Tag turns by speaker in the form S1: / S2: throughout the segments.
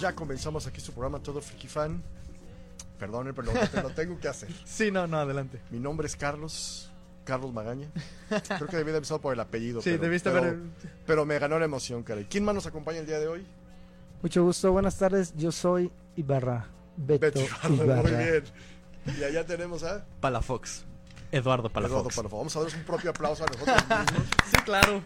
S1: Ya comenzamos aquí su programa Todo Friki Fan. Perdone, pero lo, lo tengo que hacer.
S2: Sí, no, no, adelante.
S1: Mi nombre es Carlos, Carlos Magaña. Creo que debí de empezar por el apellido.
S2: Sí,
S1: pero,
S2: debiste
S1: pero-
S2: haber-
S1: Pero me ganó la emoción, caray. ¿Quién más nos acompaña el día de hoy?
S3: Mucho gusto, buenas tardes. Yo soy Ibarra. Beto,
S1: Betty Fardo,
S3: Ibarra.
S1: muy bien. Y allá tenemos a
S4: Palafox. Eduardo
S1: Eduardo
S4: Palafox.
S1: Palafox. Vamos a darles un propio aplauso a nosotros mismos,
S2: Sí, claro.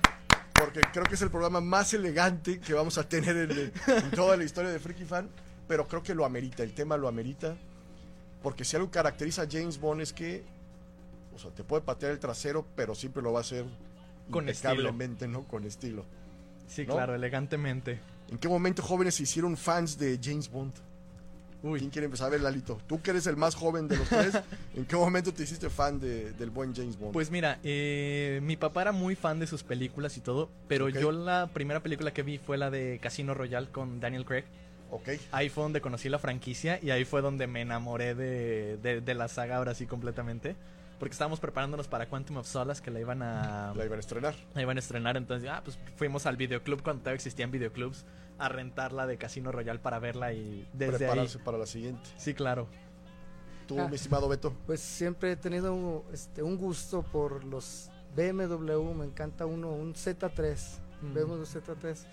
S1: porque creo que es el programa más elegante que vamos a tener en, en toda la historia de Freaky Fan, pero creo que lo amerita, el tema lo amerita, porque si algo caracteriza a James Bond es que, o sea, te puede patear el trasero, pero siempre lo va a hacer
S2: Con estilo.
S1: impecablemente, ¿no? Con estilo.
S2: Sí,
S1: ¿No?
S2: claro, elegantemente.
S1: ¿En qué momento jóvenes se hicieron fans de James Bond? ¿Quién
S2: Uy,
S1: quiere empezar? A ver, Lalito, tú que eres el más joven de los tres, ¿en qué momento te hiciste fan de- del buen James Bond?
S2: pues mira, eh, mi papá era muy fan de sus películas y todo, pero
S1: Ok.
S2: yo la primera película que vi fue la de Casino Royale con Daniel Craig.
S1: ok,
S2: Ahí fue donde conocí la franquicia y ahí fue donde me enamoré de, de- de la saga ahora sí completamente. Porque estábamos preparándonos para Quantum of Solace que la iban a,
S1: la iban a estrenar.
S2: la iban a estrenar. Entonces, ah, pues fuimos al videoclub cuando todavía existían videoclubs a rentarla de Casino Royale para verla y desde ahí.
S1: prepararse para la siguiente.
S2: Sí, claro.
S1: Tú,
S3: Ah.
S1: mi estimado Beto.
S3: Pues siempre he tenido un, este, un gusto por los BMW, me encanta uno, un Z3,
S2: Mm.
S3: BMW Z3.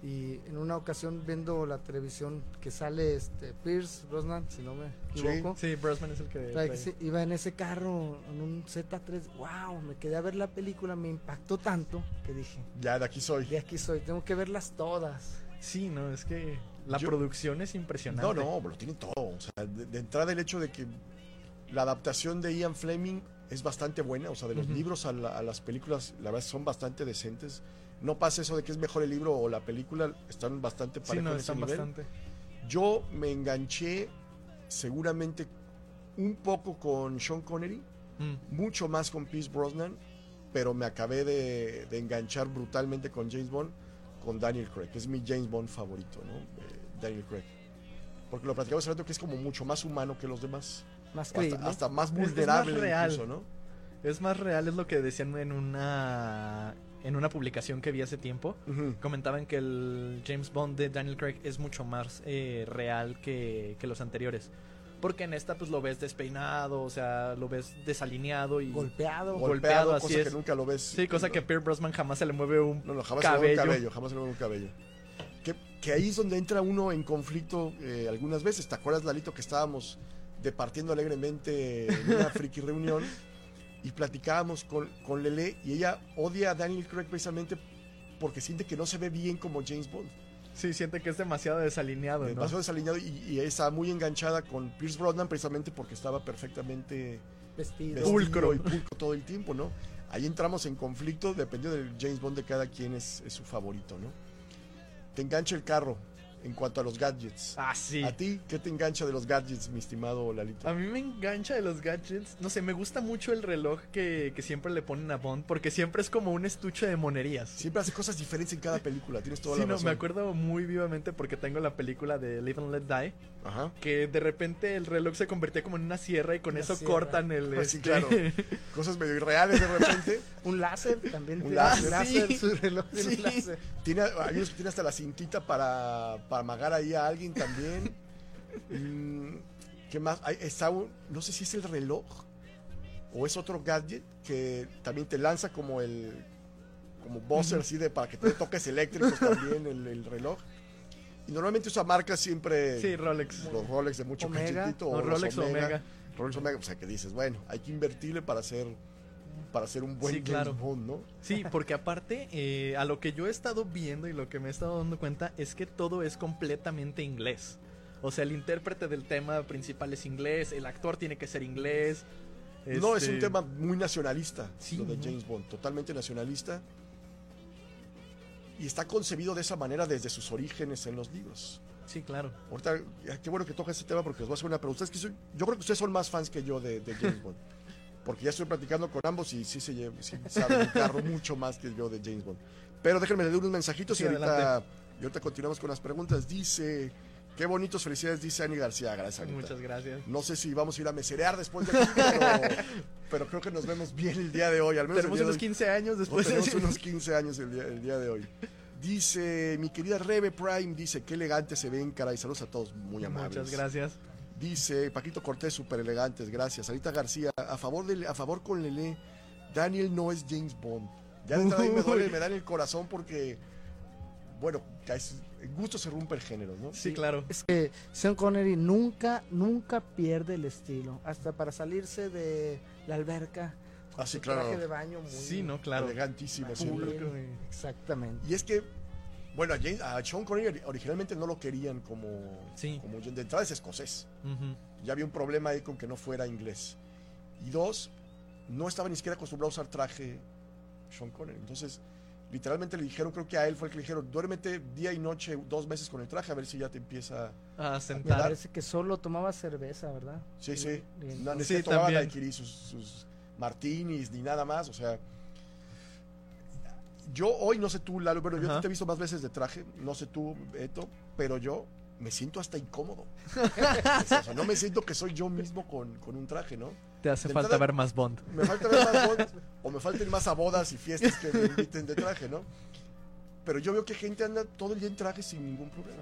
S3: Y en una ocasión viendo la televisión que sale este Pierce Brosnan, si no me
S1: Sí,
S3: equivoco,
S2: Sí, Brosman es el que.
S3: Trae-
S2: trae-
S3: sí, iba en ese carro, en un Z3, wow, me quedé a ver la película, me impactó tanto que dije,
S1: Ya de aquí soy.
S3: de aquí soy, tengo que verlas todas.
S2: Sí, no, es que la
S1: Yo-
S2: producción es
S1: No,
S2: impresionante.
S1: no, lo tiene todo. O sea, de, de entrada el hecho de que la adaptación de Ian Fleming es bastante buena. O sea, de los
S2: Ujú.
S1: libros a, la- a las películas, la verdad son bastante decentes. No pasa eso de que es mejor el libro o la película, están bastante
S2: Sí,
S1: parejos
S2: no,
S1: en ese
S2: están
S1: nivel.
S2: bastante.
S1: Yo me enganché seguramente un poco con Sean Connery,
S2: Mm.
S1: mucho más con Pierce Brosnan, pero me acabé de, de enganchar brutalmente con James Bond, con Daniel Craig, que es mi James Bond favorito, ¿no? Eh, Daniel Craig. Porque lo platicamos hace rato que es como mucho más humano que los demás.
S3: Más creíble.
S1: Hasta, hasta más
S2: Es- es más
S1: vulnerable
S2: real.
S1: incluso, ¿no?
S2: Es más real, es lo que decían en una. En una publicación que vi hace tiempo.
S1: Ujú.
S2: Comentaban que el James Bond de Daniel Craig es mucho más eh, real que, que los anteriores. Porque en esta, pues lo ves despeinado, o sea, lo ves desalineado y.
S3: golpeado.
S1: Golpeado,
S2: golpeado, así
S1: cosa que
S2: es.
S1: nunca lo ves.
S2: Sí, cosa que a Pierre Brosman jamás se le mueve un.
S1: No, no, jamás se le mueve un
S2: Cabello.
S1: cabello, jamás se le mueve un cabello. Que, que ahí es donde entra uno en conflicto eh, algunas veces. ¿Te acuerdas, Lalito, que estábamos departiendo alegremente en una friki reunión y platicábamos con, con Lele y ella odia a Daniel Craig precisamente porque siente que no se ve bien como James Bond.
S2: Sí, siente que es demasiado desalineado, ¿no?
S1: Demasiado desalineado y, y está muy enganchada con Pierce Brosnan precisamente porque estaba perfectamente
S3: vestido.
S1: vestido
S2: Pulcro.
S1: y pulcro todo el tiempo, ¿no? Ahí entramos en conflicto, dependiendo del James Bond de cada quien es, es su favorito, ¿no? Te engancha el carro en cuanto a los gadgets.
S2: Ah, sí. Ah,
S1: ¿A ti qué te engancha de los gadgets, mi estimado Lalito?
S2: A mí me engancha de los gadgets. No sé, me gusta mucho el reloj que, que siempre le ponen a Bond porque siempre es como un estuche de monerías. Sí,
S1: Siempre hace cosas diferentes en cada película, tienes toda la
S2: no,
S1: razón.
S2: me acuerdo muy vivamente porque tengo la película de Live and Let Die
S1: Ajá.
S2: que de repente el reloj se convertía como en una sierra y con
S3: Una
S2: eso
S3: sierra.
S2: cortan el...
S1: Ah, sí,
S2: este,
S1: claro. Cosas medio irreales de repente.
S3: Un láser también.
S1: Un
S3: tiene
S1: láser.
S3: un
S2: Ah, sí.
S3: láser, su reloj tiene
S2: Sí.
S3: un láser.
S1: Tiene, hay unos que tienen hasta la cintita para, para amagar ahí a alguien también. Mm, ¿Qué más? Hay- está un- no sé si es el reloj o es otro gadget que también te lanza como el como buzzer así de para que te toques eléctricos también el, el reloj. Y normalmente usa marcas siempre
S2: Sí, Rolex.
S1: los Rolex de mucho
S3: Omega,
S1: cachetito
S2: o
S1: los
S2: Rolex o Omega.
S1: Rolex Omega, o sea que dices, bueno, hay que invertirle para hacer para hacer un buen
S2: Sí, claro.
S1: James Bond, ¿no?
S2: Sí, porque aparte, eh, a lo que yo he estado viendo y lo que me he estado dando cuenta es que todo es completamente inglés. O sea, el intérprete del tema principal es inglés, el actor tiene que ser inglés.
S1: No, es
S2: este,
S1: un tema muy nacionalista,
S2: Sí,
S1: lo de
S2: ¿no?
S1: James Bond, totalmente nacionalista. Y está concebido de esa manera desde sus orígenes en los libros.
S2: Sí, claro.
S1: Ahorita, ya, qué bueno que toca ese tema porque os voy a hacer una pregunta. Ustedes que son- yo creo que ustedes son más fans que yo de, de James Bond. Porque ya estoy platicando con ambos y sí se lle- sí saben un carro mucho más que yo de James Bond. Pero déjenme leer unos mensajitos
S2: Sí,
S1: y, ahorita,
S2: adelante.
S1: y ahorita continuamos con las preguntas. Dice, qué bonitos felicidades, dice Ani García. Gracias, Anita.
S2: Muchas gracias.
S1: No sé si vamos a ir a meserear después de aquí, pero, pero creo que nos vemos bien el día de hoy. Al menos el
S2: Tenemos
S1: día de
S2: unos
S1: hoy.
S2: 15 años
S1: No,
S2: después.
S1: tenemos unos 15 años el día, el día de hoy. Dice mi querida Rebe Prime, dice, qué elegante se ven, caray. Saludos a todos, muy amables.
S2: Muchas gracias.
S1: Dice Paquito Cortés, súper elegantes, gracias. Anita García, a favor, de, a favor con Lele, Daniel no es James Bond. Ya de entrada ahí me duele, me da en el corazón porque, bueno, ya es, el gusto se rompe el género, ¿no?
S2: Sí, claro.
S3: Es que Sean Connery nunca, nunca pierde el estilo. Hasta para salirse de la alberca. con
S1: Ah, sí,
S3: su
S1: claro.
S3: traje de baño muy
S2: Sí, no, claro.
S1: Elegantísimo
S3: muy
S1: siempre.
S3: bien, Exactamente.
S1: Y es que, bueno, a, James- a Sean Connery ori- originalmente no lo querían como,
S2: Sí.
S1: como de entrada es escocés.
S2: Ujú.
S1: Ya había un problema ahí con que no fuera inglés. Y dos, no estaba ni siquiera acostumbrado a usar traje Sean Connery. Entonces, literalmente le dijeron, creo que a él fue el que le dijeron, duérmete día y noche dos meses con el traje a ver si ya te empieza...
S2: A
S3: Me
S2: sentar.
S3: parece que solo tomaba cerveza, ¿verdad?
S1: Sí, sí.
S3: Y- y
S1: No,
S3: entonces-
S1: ni
S2: Sí,
S1: siquiera tomaban
S2: también.
S1: adquirir sus, sus martinis ni nada más. O sea, yo hoy, no sé tú, Lalo, pero yo
S2: Ajá.
S1: te he visto más veces de traje. No sé tú, Beto, pero yo me siento hasta incómodo. o sea, no me siento que soy yo mismo con, con un traje, ¿no?
S4: Te hace
S1: De
S4: falta
S1: entrada-
S4: ver más Bond.
S1: Me faltan más bodas, o me faltan más a bodas y fiestas que me inviten de traje, ¿no? Pero yo veo que gente anda todo el día en traje sin ningún problema.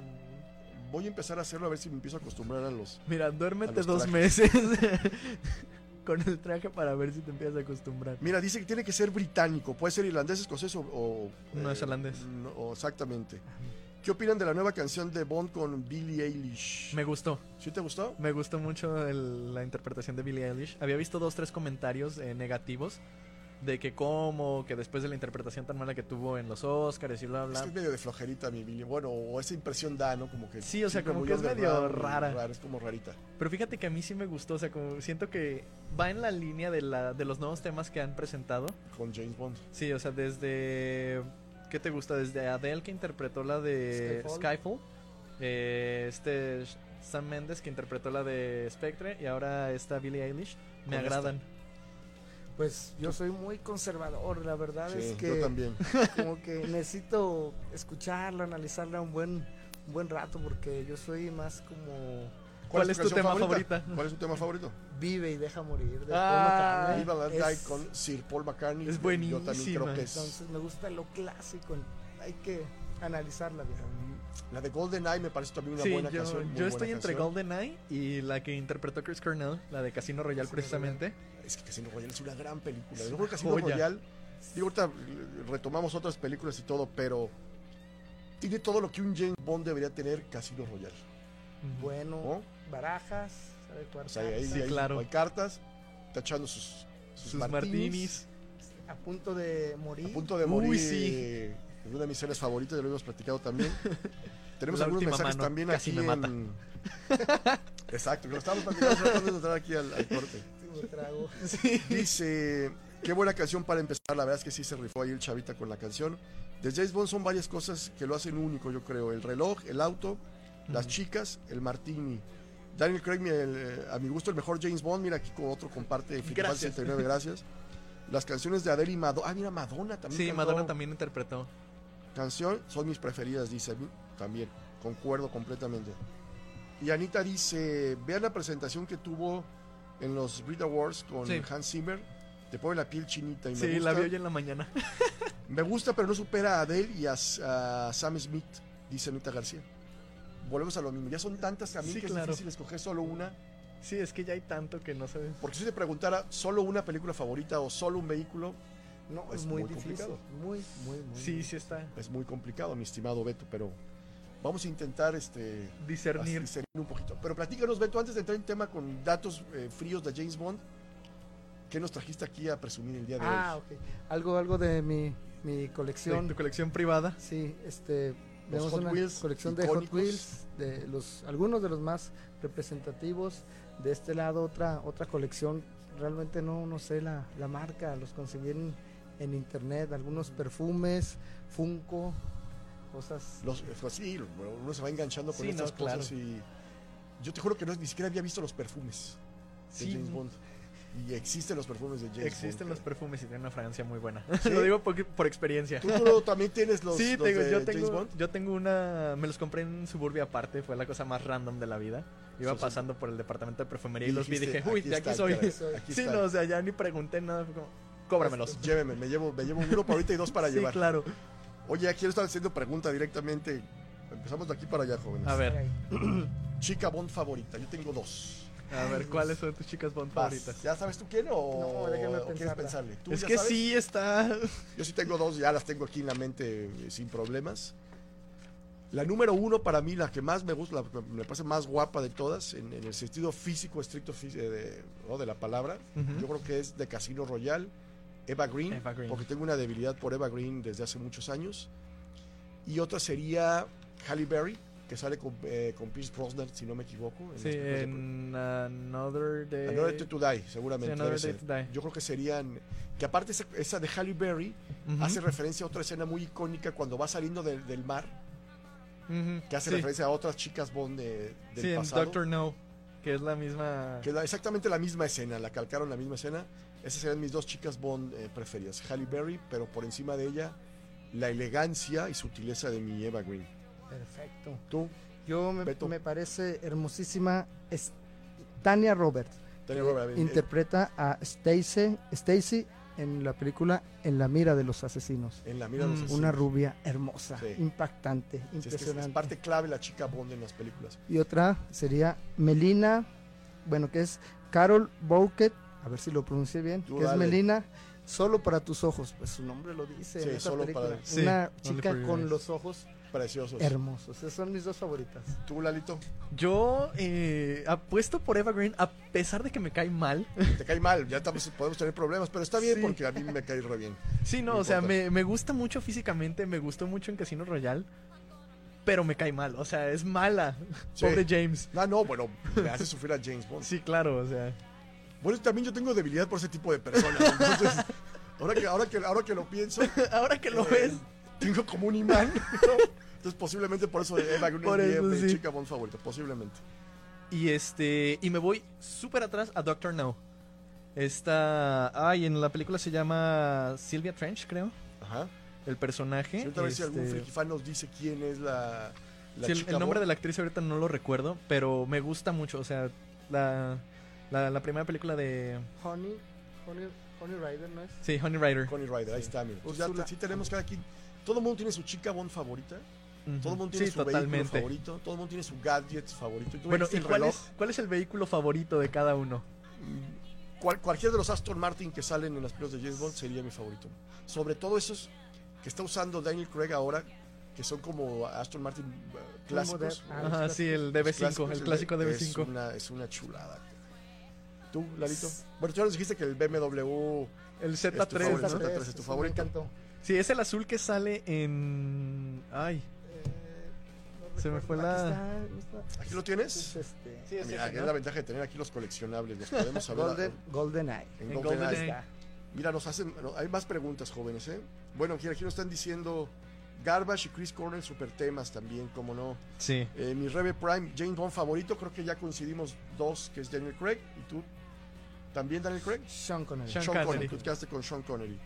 S1: Voy a empezar a hacerlo a ver si me empiezo a acostumbrar a los,
S2: Mira,
S1: A
S2: duérmete
S1: los
S2: dos meses con el traje para ver si te empiezas a acostumbrar.
S1: Mira, dice que tiene que ser británico. Puede ser irlandés, escocés o... o eh,
S2: No es holandés.
S1: no, o exactamente. ¿Qué opinan de la nueva canción de Bond con Billie Eilish?
S2: Me gustó,
S1: ¿Sí te gustó?
S2: me gustó mucho el- la interpretación de Billie Eilish. Había visto dos, tres comentarios eh, negativos de que cómo, que después de la interpretación tan mala que tuvo en los Oscars y bla,
S1: Es
S2: bla.
S1: que es medio de flojerita mi Billie. Bueno, o esa impresión da, ¿no? Como que...
S2: Sí, o sea,
S1: siempre
S2: como
S1: muy
S2: que es medio
S1: underground,
S2: rara.
S1: Es como rarita.
S2: Pero fíjate que a mí sí me gustó, o sea, como siento que va en la línea de, la, de los nuevos temas que han presentado.
S1: Con James Bond.
S2: Sí, o sea, desde. ¿Qué te gusta? Desde Adele, que interpretó la de Skyfall.
S3: Skyfall.
S2: eh, este Sh- Sam Mendes, que interpretó la de Spectre. Y ahora está Billie Eilish. Me
S1: Con
S2: agradan.
S3: Pues yo soy muy conservador, la verdad
S1: Sí,
S3: es
S1: yo
S3: que
S1: también.
S3: como que necesito escucharla, analizarla un buen, un buen rato porque yo soy más como
S2: ¿Cuál es tu
S1: canción
S2: tema favorita?
S1: ¿Cuál es tu tema favorito?
S3: vive y deja morir de Paul
S2: Ah,
S3: McCartney.
S1: Viva la
S3: Es-
S1: Die con Sir Paul McCartney.
S2: Es
S1: Yo también creo
S2: buenísima.
S1: que es...
S3: Entonces me gusta lo clásico, hay que analizarla bien.
S1: La de GoldenEye me parece también una
S2: Sí,
S1: buena
S2: yo,
S1: canción. muy
S2: yo
S1: buena
S2: estoy entre
S1: canción.
S2: GoldenEye y la que interpretó Chris Cornell, la de Casino Royale,
S3: Casino
S2: precisamente.
S1: Es que Casino Royale es una gran película.
S2: Es
S1: Yo creo
S2: una
S1: que Casino
S2: joya.
S1: Royale. Digo, ahorita eh, retomamos otras películas y todo, pero tiene todo lo que un James Bond debería tener Casino Royale.
S3: Bueno,
S1: ¿no?
S3: barajas, sabe
S1: O sea, ahí,
S3: cuartarse,
S1: ahí
S2: claro.
S1: hay cartas, tachando sus, sus,
S2: Sus
S1: martinis,
S2: martinis.
S3: a punto de morir.
S1: A punto de
S2: Uy,
S1: morir.
S2: sí.
S1: Es una de mis series favoritas, ya lo hemos platicado también. Tenemos
S2: La
S1: algunos
S2: última
S1: mensajes
S2: mano,
S1: también
S2: casi
S1: aquí
S2: me mata.
S1: en. Exacto, lo estamos platicando tratando de entrar aquí al- al corte.
S3: último trago.
S1: Dice, qué buena canción para empezar, la verdad es que sí se rifó ahí el chavita con la canción. De James Bond son varias cosas que lo hacen único, yo creo. El reloj, el auto, las chicas, el martini. Daniel Craig, mi- el, eh, a mi gusto, el mejor James Bond. Mira, aquí con otro comparte Filial
S2: Gracias.
S1: 69, gracias. Las canciones de Adele y Madonna. Ah, mira, Madonna también.
S2: Sí,
S1: cantó
S2: Madonna también interpretó.
S1: canción son mis preferidas, dice a mí también. Concuerdo completamente. Y Anita dice: Vean la presentación que tuvo en los Brit Awards con
S2: Sí.
S1: Hans Zimmer. Te pone la piel chinita. Y me,
S2: Sí,
S1: gusta,
S2: la vi hoy en la mañana.
S1: me gusta, pero no supera a Adele y a, S- a Sam Smith, dice Anita García. Volvemos a lo mismo. Ya son tantas también
S2: Sí,
S1: que es
S2: claro.
S1: difícil escoger solo una.
S2: Sí, es que ya hay tanto que no sabes.
S1: Porque si te preguntara solo una película favorita o solo un vehículo,
S3: No,
S1: Es
S3: es muy,
S1: muy
S3: difícil.
S1: complicado.
S3: Muy, muy, muy.
S2: Sí,
S3: muy.
S2: sí está.
S1: es muy complicado, mi estimado Beto. Pero vamos a intentar este,
S2: Discernir.
S1: Así, seguir un poquito. Pero platícanos, Beto, antes de entrar en tema con datos eh, fríos de James Bond, ¿qué nos trajiste aquí a presumir el día de
S3: Ah,
S1: hoy?
S3: ok. Algo, algo de mi, mi
S2: De
S3: colección.
S2: tu colección privada.
S3: Sí, este. Tenemos
S1: Hot
S3: una
S1: Wheels
S3: colección de Hot
S1: icónicos.
S3: Wheels, de los, algunos de los más representativos. De este lado, otra, otra colección. Realmente no, no sé la, la marca, los conseguí en, en internet. Algunos perfumes, Funko, cosas.
S1: Los, eh, pues sí, bueno, uno se va enganchando con
S2: Sí,
S1: estas
S2: no,
S1: cosas y. Yo te juro que no, ni siquiera había visto los perfumes de
S2: Sí.
S1: James Bond. Y existen los perfumes de James
S2: Existen los
S1: Bond.
S2: perfumes y tienen una fragancia muy buena.
S1: ¿Sí?
S2: Lo digo por, por experiencia.
S1: ¿Tú, Arturo, también tienes los,
S2: sí,
S1: los
S2: te digo,
S1: de
S2: yo
S1: James
S2: tengo,
S1: Bond?
S2: yo tengo una... Me los compré en Suburbia aparte, fue la cosa más random de la vida. Iba
S1: Sí, sí.
S2: pasando por el departamento de perfumería y, los vi y
S1: dijiste,
S2: dije, uy, de aquí
S1: está,
S2: soy.
S1: caray,
S3: soy.
S1: aquí
S2: sí,
S1: está. Pues,
S2: no, o sea, ya ni pregunté nada, fue como, cóbramelos.
S1: Lléveme, me llevo, me llevo uno para ahorita y dos para
S2: sí,
S1: llevar.
S2: claro.
S1: Oye, aquí están haciendo pregunta directamente. Empezamos de aquí para allá, jóvenes.
S2: A ver,
S3: Caray.
S1: Chica Bond favorita. Yo tengo dos.
S2: a ver, ¿cuáles son tus chicas Bond
S1: Vas.
S2: favoritas?
S1: ¿Ya sabes tú quién o,
S3: No, déjame
S1: o quieres
S3: pensarla.
S1: pensarle? ¿Tú
S2: Es
S1: ya
S2: que
S1: sabes?
S2: sí está.
S1: Yo sí tengo dos, ya las tengo aquí en la mente eh, sin problemas. La número uno para mí, la que más me gusta, la que me parece más guapa de todas, en, en el sentido físico, estricto fí- eh, de, ¿no? de la palabra,
S2: Ujú.
S1: yo creo que es de Casino Royale, Eva Green,
S2: Eva Green.
S1: porque tengo una debilidad por Eva Green desde hace muchos años. Y otra sería Halle Berry, que sale con, eh, con Pierce Brosnan, si no me equivoco. en las
S2: Sí,
S1: películas de-
S2: en Another Day.
S1: Another Day to Die, seguramente.
S2: Eh, Sí, Another
S1: debe
S2: Day
S1: ser.
S2: to Die.
S1: Yo creo que serían. Que aparte esa, esa de Halle Berry
S2: Ujú.
S1: hace referencia a otra escena muy icónica cuando va saliendo del- del mar,
S2: Ujú.
S1: que hace
S2: Sí.
S1: referencia a otras chicas Bond de- del
S2: Sí, en
S1: pasado.
S2: Doctor No, que es la misma.
S1: Que es la- exactamente la misma escena, la calcaron la misma escena. Esas serían mis dos chicas Bond eh, preferidas, Halle Berry, pero por encima de ella, la elegancia y sutileza de mi Eva Green.
S3: Perfecto.
S1: Tú,
S3: Yo me,
S1: Beto.
S3: me parece hermosísima es Tania Roberts.
S1: Tania
S3: que
S1: Roberts, eh,
S3: interpreta a Stacy, Stacy en la película En la mira de los asesinos.
S1: en la mira de los
S2: Mm,
S1: asesinos.
S3: Una rubia hermosa,
S1: Sí.
S3: impactante,
S1: Sí, es que es-
S3: impresionante.
S1: es parte clave la chica Bond en las películas.
S3: Y otra sería Melina, bueno, que es Carol Bouquet, a ver si lo pronuncié bien,
S1: Tú
S3: que es
S1: dale.
S3: Melina, solo para tus ojos, pues su nombre lo dice.
S1: Sí, Pues-
S3: en esa
S1: solo
S3: película.
S1: para-
S2: Sí,
S3: Una
S2: Only for
S3: chica
S2: Your
S3: con
S2: Eyes.
S3: los ojos
S1: Preciosos.
S3: hermosos. Esas son mis dos favoritas.
S1: Tú, Lalito,
S2: Yo eh, apuesto por Eva Green, a pesar de que me cae mal.
S1: te cae mal, ya estamos- podemos tener problemas, pero está bien
S2: Sí.
S1: porque a mí me cae re bien.
S2: Sí, no,
S1: No
S2: o sea,
S1: importa.
S2: me, me gusta mucho físicamente, me gustó mucho en Casino Royale, pero me cae mal, o sea, es mala.
S1: Sí.
S2: Pobre James.
S1: Ah, no, bueno, le hace sufrir a James Bond.
S2: Sí, claro, o sea.
S1: Bueno, también yo tengo debilidad por ese tipo de personas. Entonces, ahora que, ahora que, ahora que lo pienso, eh,
S2: Ahora que lo ves,
S1: tengo como un imán. ¿no? Entonces, posiblemente por eso Eva Green
S2: Por
S1: es mi-
S2: eso,
S1: mi
S2: sí.
S1: chica Bond favorita, posiblemente.
S2: Y este. Y me voy súper atrás a Doctor No. Esta. Ay, en la película se llama Sylvia Trench, creo.
S1: Ajá.
S2: El
S1: Si
S2: personaje.
S1: ahorita a ver si algún
S2: este,
S1: friki fan nos dice quién es la, la
S2: sí, el,
S1: chica
S2: el nombre de
S1: Bond.
S2: la actriz ahorita no lo recuerdo, pero me gusta mucho. O sea, la, la, la primera película de.
S3: Honey, Honey, Honey Rider, ¿no es?
S2: Sí, Honey Rider.
S1: Connie Ryder, ahí está, mira. Entonces, ya
S3: Úrsula.
S1: te- sí tenemos cada quien. Todo el mundo tiene su chica Bond favorita,
S2: Ujú.
S1: todo el mundo tiene
S2: sí,
S1: su vehículo
S2: totalmente.
S1: favorito, todo el mundo tiene su gadget favorito. Y tú
S2: Bueno,
S1: dijiste
S2: ¿y
S1: el
S2: cuál
S1: reloj.
S2: es, cuál es el vehículo favorito de cada uno?
S1: Cual- cualquiera de los Aston Martin que salen en las películas de James Bond sería mi favorito. Sobre todo esos que está usando Daniel Craig ahora, que son como Aston Martin eh, clásicos.
S3: moderno. Ah, los
S2: Ajá, sí, el DB5,
S1: Clásicos,
S2: el clásico
S1: de-
S2: DB5.
S1: Es una, es una chulada. ¿Tú, Lalito? Bueno, tú ya nos dijiste que el BMW...
S2: El
S1: Este Es tu
S2: Z3,
S1: favorito.
S2: ¿no?
S1: tres, es tu
S3: ese
S1: favorito.
S3: Me encantó.
S2: Sí, es el azul que sale en. Ay,
S3: Eh, no
S2: Se me
S3: recuerdo.
S2: fue la-
S3: Aquí está, aquí está.
S1: ¿Aquí lo
S3: Es
S1: tienes? Ah,
S3: este,
S1: Mira, es la ventaja de tener aquí los coleccionables. Los podemos saber
S3: Golden, Golden Eye.
S1: en,
S2: en
S1: GoldenEye.
S2: GoldenEye.
S1: Mira, nos hacen... no, hay más preguntas, jóvenes, ¿eh? Bueno, aquí, aquí nos están diciendo... Garbage y Chris Cornell, super temas también, como no.
S2: Sí.
S1: Eh, mi Rebe Prime, James Bond favorito, creo que ya coincidimos dos, que es Daniel Craig y tú también Daniel Craig.
S3: Sean Connery.
S2: Sean
S1: Sean Connery,
S2: Connery.
S1: tú te quedaste con Sean Connery.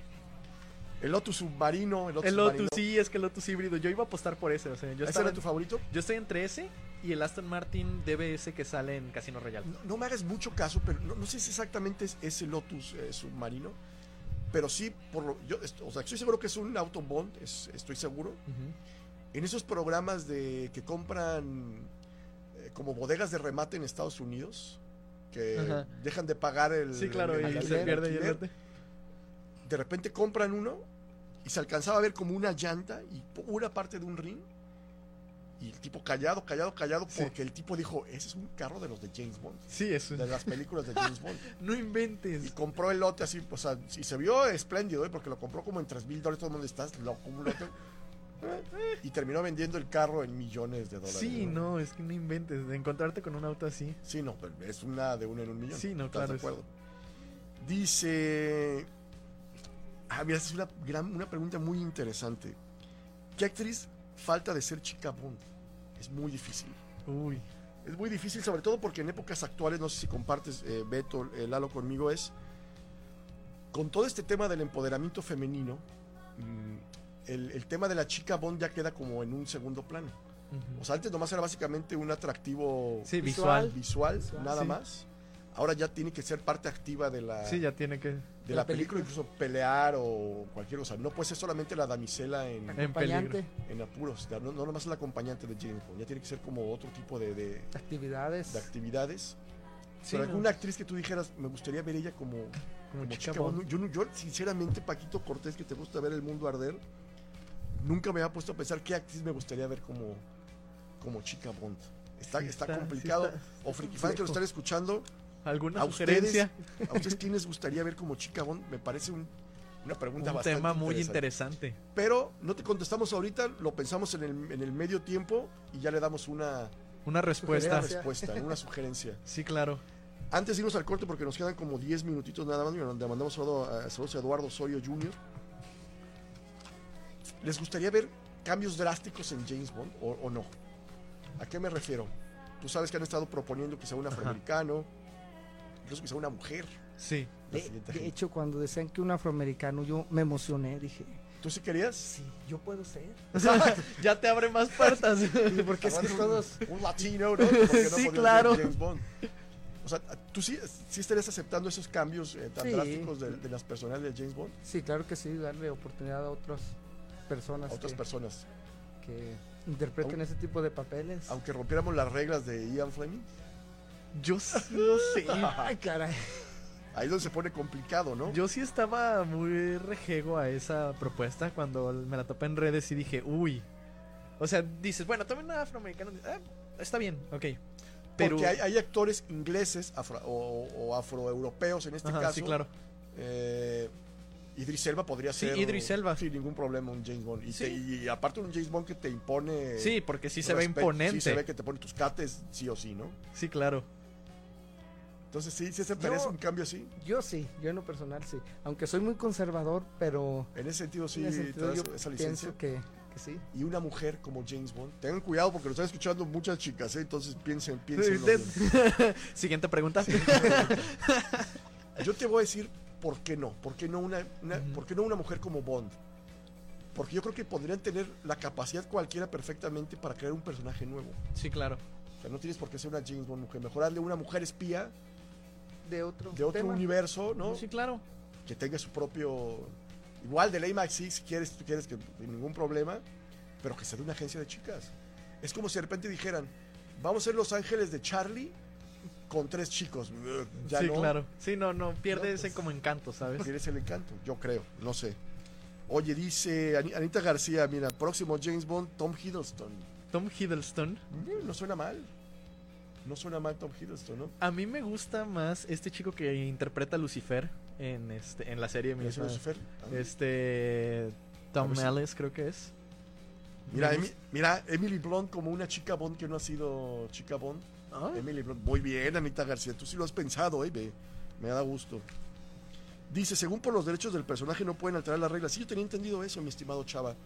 S1: El Lotus submarino, el Lotus,
S2: El Lotus,
S1: submarino.
S2: sí, es que el Lotus híbrido. Yo iba a apostar por ese. O sea, yo,
S1: ¿Ese
S2: estaba,
S1: era tu favorito?
S2: yo estoy entre ese y el Aston Martin DBS que sale en Casino Royale.
S1: No, no me hagas mucho caso, pero no, no sé si exactamente es ese Lotus eh, submarino, pero sí, por lo, yo est- o sea, estoy seguro que es un Autobond, es- estoy seguro. En esos programas de que compran eh, como bodegas de remate en Estados Unidos, que
S2: Ajá.
S1: dejan de pagar el.
S2: Sí, claro,
S1: el-
S2: y
S1: el-
S2: se
S1: el
S2: pierde y el
S1: alquiler,
S2: lote.
S1: de repente compran uno y se alcanzaba a ver como una llanta y po- una parte de un ring. Y el tipo callado, callado, callado,
S2: Sí.
S1: porque el tipo dijo, ese es un carro de los de James Bond,
S2: Sí, eso.
S1: de las películas de James Bond.
S2: No
S1: Y
S2: inventes.
S1: compró el lote así, o sea, y se vio espléndido, ¿eh? porque lo compró como en 3 mil dólares, todo el mundo estás loco, un lote. Y terminó vendiendo el carro en millones de dólares.
S2: Sí, no, es que no inventes. De encontrarte con un auto así.
S1: Sí, no, pero es una de uno en un millón.
S2: Sí, no,
S1: ¿Estás
S2: claro,
S1: De
S2: es-
S1: acuerdo? Dice. Ah, mira, esta es una, gran, una pregunta muy interesante. ¿Qué actriz falta de ser chica Bond? Es muy difícil.
S2: Uy.
S1: Es muy difícil, sobre todo porque en épocas actuales, no sé si compartes, eh, Beto, eh, Lalo conmigo, es. Con todo este tema del empoderamiento femenino, mm, el, el tema de la chica Bond ya queda como en un segundo plano. O sea, antes nomás era básicamente un atractivo
S2: Sí, visual.
S3: visual.
S1: visual,
S3: Visual,
S1: nada
S2: sí.
S1: más. ahora ya tiene que ser parte activa de la,
S2: Sí, ya tiene que.
S1: de la película, incluso pelear o cualquier cosa. No puede ser solamente la damisela en,
S2: En
S3: acompañante,
S1: en apuros, ya no, no nomás el acompañante de Jane Fonda, ya tiene que ser como otro tipo de, de-
S3: actividades.
S1: de actividades.
S2: Sí,
S1: Pero
S2: no.
S1: alguna actriz que tú dijeras, me gustaría ver ella como,
S2: Como
S1: como
S2: chica
S1: chica
S2: Bond.
S1: Bond. Yo, no- yo, sinceramente, Paquito Cortés, que te gusta ver el mundo arder, nunca me ha puesto a pensar qué actriz me gustaría ver como, como chica Bond. Está,
S2: Sí
S1: está,
S2: está- sí
S1: complicado.
S2: está-
S1: o friki fans que lo
S2: complejo.
S1: están escuchando,
S2: ¿Alguna
S1: a ustedes,
S2: sugerencia?
S1: a ustedes quién les gustaría ver como chica Bond, me parece un- una
S2: Un
S1: pregunta
S2: tema
S1: bastante
S2: muy interesante.
S1: Pero no te contestamos ahorita, lo pensamos en el, en el medio tiempo y ya le damos una,
S2: Una
S1: una
S2: respuesta.
S3: Sugerencia.
S1: respuesta, una sugerencia.
S2: Sí, claro.
S1: Antes de irnos al corte, porque nos quedan como 10 minutitos nada más, le mandamos saludo a- saludos a Eduardo Osorio Jr. ¿Les gustaría ver cambios drásticos en James Bond o, o no? ¿A qué me refiero? Tú sabes que han estado proponiendo que sea un afroamericano, incluso que sea una mujer.
S2: Sí.
S1: la
S3: De,
S1: siguiente
S3: de
S1: gente.
S3: hecho, cuando decían que un afroamericano, yo me emocioné, dije,
S1: ¿Tú sí querías?
S3: sí, yo puedo ser.
S2: ya te abre más puertas.
S3: Y porque es que
S1: Aguanta un-
S3: todos,
S1: Un latino, ¿no? ¿Por qué no
S2: Sí,
S1: poner
S2: claro.
S1: James Bond? O sea, ¿tú sí, sí estarías aceptando esos cambios eh, tan
S3: Sí.
S1: drásticos de, de las personalidades de James Bond
S3: sí, claro que sí, darle oportunidad a otras personas
S1: a otras
S3: que,
S1: personas?
S3: que interpreten
S1: Aun-
S3: ese tipo de papeles.
S1: Aunque rompiéramos las reglas de Ian Fleming,
S2: Yo sí, no sé.
S3: Ay, caray.
S1: ahí es donde se pone complicado, ¿no?
S2: Yo sí estaba muy rejego a esa propuesta cuando me la topé en redes y dije, uy. O sea, dices, bueno, también una afroamericana. ah, está bien, ok. Pero.
S1: Porque hay, hay actores ingleses afro- o, o afroeuropeos en este
S2: Ajá,
S1: caso.
S2: sí, claro.
S1: Eh, Idris Elba podría
S2: Sí,
S1: ser.
S2: Idris Elba.
S1: Sin ningún problema un James Bond. Y,
S2: Sí.
S1: te- y aparte un James Bond que te impone.
S2: Sí, porque sí se ve
S1: respeto,
S2: imponente.
S1: eh, Sí, se ve que te pone tus cates, sí o sí, ¿no?
S2: Sí, claro.
S1: Entonces sí, sí se merece
S3: Yo-
S1: un cambio así.
S3: Yo sí, yo en lo personal sí. Aunque soy muy conservador, pero
S1: En ese sentido, sí,
S3: en ese sentido
S1: te das
S3: yo
S1: esa licencia.
S3: pienso que, que sí.
S1: Y una mujer como James Bond. Tengan cuidado porque lo están escuchando muchas chicas, ¿eh? entonces piensen, piensen.
S2: Siguiente pregunta.
S1: Yo te voy a decir por qué no. ¿Por qué no una, una-
S2: Ujú.
S1: por qué no una mujer como Bond? Porque yo creo que podrían tener la capacidad cualquiera perfectamente para crear un personaje nuevo.
S2: Sí, claro.
S1: O sea, no tienes por qué ser una James Bond mujer. Mejor hazle una mujer espía
S3: De otro,
S1: de otro
S3: tema.
S1: universo, ¿no?
S2: Sí, claro.
S1: que tenga su propio. Igual de Ley Maxi, si quieres, tú quieres que sin ningún problema, pero que sea de una agencia de chicas. Es como si de repente dijeran: Vamos a ser Los Ángeles de Charlie con tres chicos. Ya
S2: sí,
S1: no
S2: claro. Sí, no, no. Pierde
S1: No,
S2: ese
S1: pues.
S2: como encanto, ¿sabes?
S1: tienes el encanto, yo creo, no sé. Oye, dice Ani- Anita García: Mira, próximo James Bond, Tom Hiddleston.
S2: Tom Hiddleston.
S1: Mm, No suena mal. No suena mal Tom Hiddleston, ¿no?
S2: A mí me gusta más este chico que interpreta a Lucifer en, este, en la serie
S1: Mira, es
S2: misma.
S1: Lucifer. Ah.
S2: Este.
S1: A
S2: Tom
S1: ver si-
S2: Ellis, creo que es.
S1: Mira,
S2: Me
S1: Emi- mira, Emily Blunt como una chica Bond que no ha sido chica Bond.
S2: Ah,
S1: Emily Blunt. Muy bien, Anita García. Tú sí lo has pensado, ¿eh? Ve, Me da gusto. Dice, según por los derechos del personaje no pueden alterar las reglas. Sí, yo tenía entendido eso, mi estimado Chava.